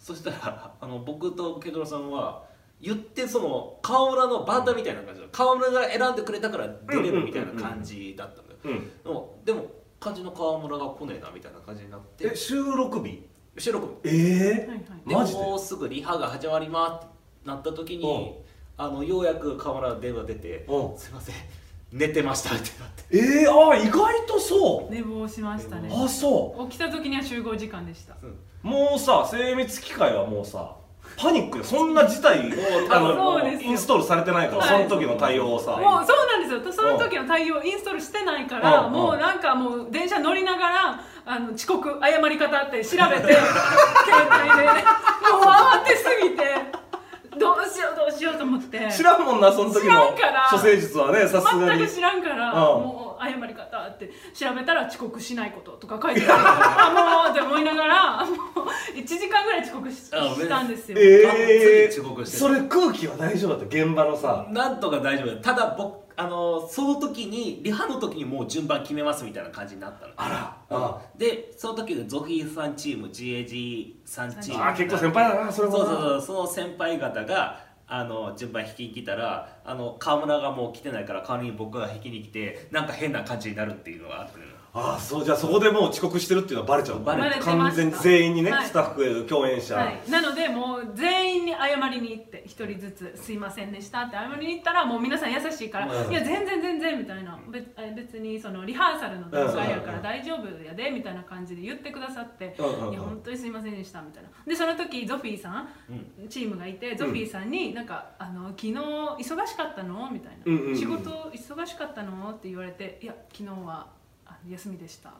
Speaker 2: そしたら あの僕とケドラさんは言ってその川村のバーターみたいな感じで川村が選んでくれたから出れるみたいな感じだったんだよ、
Speaker 1: うん
Speaker 2: でもでも感じの川村が来ねえなみたいな感じになって
Speaker 1: え収録日
Speaker 2: 収録
Speaker 1: え
Speaker 3: はいはい
Speaker 1: えマジで
Speaker 2: もうすぐリハが始まりますってなった時に
Speaker 1: う
Speaker 2: あのようやく川村が電話出て
Speaker 1: うん
Speaker 2: 「すいません寝てました」ってなって
Speaker 1: えー、あー意外とそう
Speaker 3: 寝坊しましたね
Speaker 1: あそ
Speaker 3: 起きた時には集合時間でした
Speaker 1: うもうさ精密機械はもうさパニックよそんな事 態あ
Speaker 3: そう
Speaker 1: の
Speaker 3: ですよ
Speaker 1: インストールされてないからそ
Speaker 3: はい
Speaker 1: の時の対応をさ
Speaker 3: もうそうなんですよその時の対応インストールしてないか
Speaker 1: う
Speaker 3: ら
Speaker 1: ん
Speaker 3: もうなんかもう電車乗りながらあの遅刻謝り方って調べて携帯でもう慌てすぎてどうしようどうしようと思って
Speaker 1: 知らんもんなその時
Speaker 3: 知
Speaker 1: の
Speaker 3: らんから
Speaker 1: 処世術はねさすがに
Speaker 3: 全く知らんから
Speaker 1: うん
Speaker 3: もう謝り方って調べたら遅刻しないこととか書いてある あもうって思いながらもう1時間ぐらい遅刻し
Speaker 2: あごめん
Speaker 3: したんですよ
Speaker 1: ええ
Speaker 2: がっつり遅刻してる
Speaker 1: それ空気は大丈夫だった現場のさ
Speaker 2: なんとか大丈夫だよただ僕あのその時にリハの時にもう順番決めますみたいな感じになったの
Speaker 1: あ
Speaker 2: うん
Speaker 1: あ
Speaker 2: でその時でゾフィーさんチーム GAG さんチーム
Speaker 1: あー結構先輩だなそれもな
Speaker 2: そうそうそうその先輩方があの順番引きに来たらあの川村がもう来てないから代わりに僕が引きに来てなんか変な感じになるっていうのがあったのよ
Speaker 1: ああそうじゃあそこでもう遅刻してるっていうのはバレちゃう
Speaker 2: バレ
Speaker 3: てました
Speaker 1: 完全に全員にね、
Speaker 3: はい
Speaker 1: スタッフ共演者、
Speaker 3: はい、なのでもう全員に謝りに行って一人ずつ「すいませんでした」って謝りに行ったらもう皆さん優しいから「
Speaker 1: うん
Speaker 3: いや全然全然」みたいな別え別にそのリハーサルの段階やから大丈夫やでみたいな感じで言ってくださって「
Speaker 1: うんうんうん
Speaker 3: いや本当にすいませんでした」みたいなでその時ゾフィーさん、チームがいてゾフィーさんに「なんかあの昨日忙しかったの?」みたいな、
Speaker 1: うんうんうん
Speaker 3: 仕事忙しかったの?」って言われて「いや昨日はあの休みでした」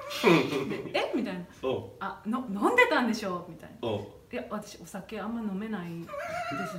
Speaker 3: みたいな「でえみたいな
Speaker 1: うん
Speaker 3: 「あの飲んでたんでしょ?」みたいな。
Speaker 1: うん
Speaker 3: いや私お酒あんま飲めない で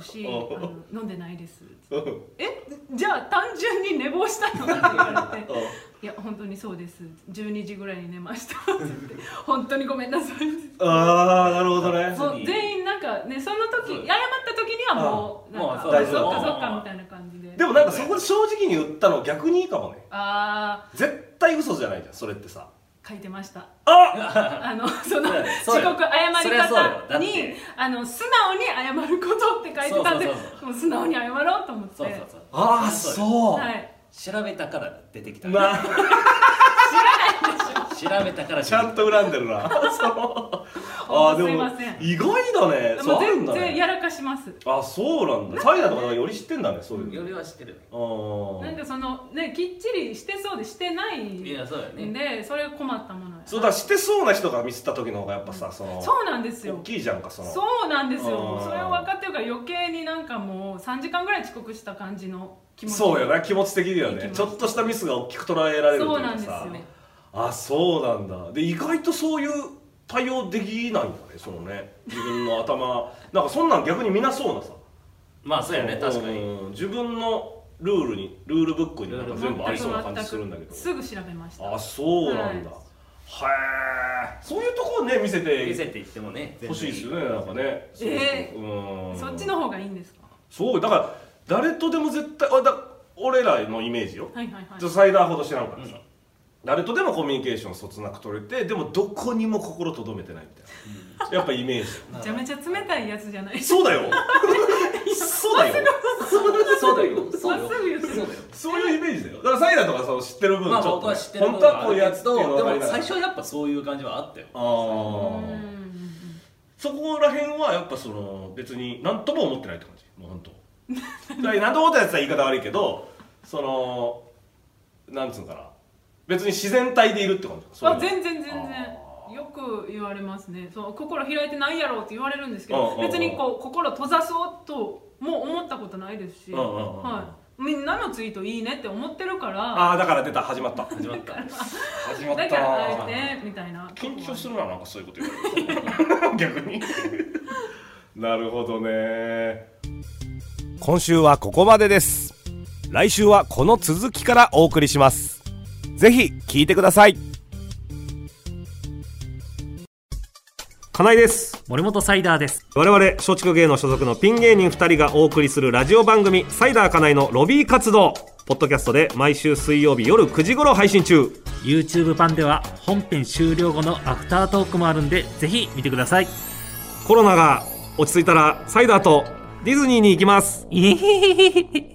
Speaker 3: すしあ
Speaker 1: お
Speaker 3: の飲んでないです
Speaker 1: うん
Speaker 3: えじゃあ単純に寝坊したのって言わ れて
Speaker 1: うん
Speaker 3: いや本当にそうです12時ぐらいに寝ましたって言 って本当にごめんなさいって
Speaker 1: ああなるほどね
Speaker 2: そう
Speaker 3: もう全員なんかねその時
Speaker 2: そう
Speaker 3: 謝った時にはもう
Speaker 2: あ
Speaker 3: なんか
Speaker 2: もう
Speaker 1: 大丈
Speaker 3: そ
Speaker 1: 夫
Speaker 3: っかそっかみたいな感じで
Speaker 1: でもなんかそこで正直に言ったの逆にいいかもね
Speaker 3: あ
Speaker 1: 絶対嘘じゃないじゃんそれってさ
Speaker 3: 書いてました
Speaker 1: あ
Speaker 3: あのその
Speaker 2: そうよ
Speaker 3: 遅
Speaker 2: そうよ
Speaker 3: 刻謝
Speaker 2: そ
Speaker 3: り
Speaker 2: りゃそうよだ
Speaker 3: 方
Speaker 2: っ
Speaker 3: に
Speaker 2: て
Speaker 3: あの素直に謝ることって書いてたんで
Speaker 2: そうそうそう
Speaker 3: もう素直に謝ろうと思って
Speaker 2: そうそうそう
Speaker 1: ああそう、
Speaker 3: はい
Speaker 2: 調べたから出てきた
Speaker 1: な
Speaker 2: 調べたから
Speaker 1: ちゃんと恨んでる なそうああです
Speaker 3: い
Speaker 1: も
Speaker 3: ません
Speaker 1: 意外だね
Speaker 3: で
Speaker 1: そ
Speaker 3: も
Speaker 1: うあるん
Speaker 3: 全
Speaker 1: だ
Speaker 3: 然
Speaker 1: ね
Speaker 3: やらかします
Speaker 1: あそうなんだサイダーとかより知ってんだねそういう
Speaker 2: よりは知ってる
Speaker 1: のあ
Speaker 3: なん
Speaker 1: あ
Speaker 3: かそのねきっちりしてそうでしてないん
Speaker 2: い
Speaker 3: で
Speaker 2: やそうだよね
Speaker 3: それ困ったものや
Speaker 1: そうだからしてそうな人がミスった時の方がやっぱさその
Speaker 3: そうなんですよ
Speaker 1: 大きいじゃんかその
Speaker 3: そうなんですよ
Speaker 1: あー
Speaker 3: それを分かってるから余計になんかもう3時間ぐらい遅刻した感じの気持ち
Speaker 1: そうよな気持ち的には
Speaker 3: 気
Speaker 1: ね
Speaker 3: 持ち
Speaker 1: ちょっとしたミスが大きく捉えられると
Speaker 3: そ
Speaker 1: いうう
Speaker 3: なん
Speaker 1: か
Speaker 3: ですよ
Speaker 1: さあそうなんだで意外とそういう対応できないんだねそのね自分の 頭なんかそんなん逆に見なそうなさ
Speaker 2: まあそうやね確かに
Speaker 1: うん自分のルールにルールブックになんか全部ありそうな感じするんだけど
Speaker 3: すぐ調べました
Speaker 1: あそうなんだ、
Speaker 3: は
Speaker 1: へえそういうところね見せ
Speaker 2: 見せ
Speaker 1: て
Speaker 2: ていってもね
Speaker 1: ほしいですよねなんかねすごく
Speaker 3: え
Speaker 1: うん
Speaker 3: そっちの方がいいんですか
Speaker 1: そうだから誰とでも絶対あだ俺らのイメージよ、
Speaker 3: はいはいはい
Speaker 1: ちょっとサイダーほど知らんからさ、
Speaker 2: うん
Speaker 1: 誰とでもコミュニケーションそつなく取れてでもどこにも心とどめてないみたいなやっぱイメージ
Speaker 3: めちゃめちゃ冷たいやつじゃない
Speaker 1: そう だよそうだよ
Speaker 2: そうだよそうよ
Speaker 3: まっすぐ言ってる
Speaker 2: そうだよ
Speaker 1: そういうイメージだよだからサイダーとかその知ってる分ちょ
Speaker 2: まあ
Speaker 1: っと、
Speaker 2: 僕は知ってる
Speaker 1: 本当はこういうやつっていうの
Speaker 2: で
Speaker 1: 分かり
Speaker 2: も
Speaker 1: ながら
Speaker 2: 最初はやっぱそういう感じはあったよ
Speaker 1: あ
Speaker 3: うんうん
Speaker 1: あ
Speaker 3: うん
Speaker 1: そこら辺はやっぱその別に何とも思ってないって感じもう本当だから何とも思 ってないって言ったら言い方悪いけどそのなんつうのかな別に自然体でいるって感じそれ
Speaker 3: あ
Speaker 1: は
Speaker 3: 全然全然
Speaker 1: あー
Speaker 3: よく言われますねそう心開いてないやろうって言われるんですけ
Speaker 1: うん
Speaker 3: ど
Speaker 1: うんうん
Speaker 3: 別にこう心閉ざそうとも思ったことないですし、
Speaker 1: うんうんうんうん
Speaker 3: はい、みんなのツイートいいねって思ってるから
Speaker 1: ああだから出た始まった始まった始まった
Speaker 3: だからあえてみたいな
Speaker 1: 緊張するななんかそういうこと言われる逆になるほどね今週はここまでです来週はこの続きからお送りしますぜひ聞いてください金井です
Speaker 5: 森本サイダーです
Speaker 1: 我々松竹芸能所属のピン芸人2人がお送りするラジオ番組「サイダー金井のロビー活動」ポッドキャストで毎週水曜日夜9時頃配信中
Speaker 5: YouTube 版では本編終了後のアフタートークもあるんでぜひ見てください
Speaker 1: コロナが落ち着いたらサイダーとディズニーに行きます
Speaker 5: えへへへへへ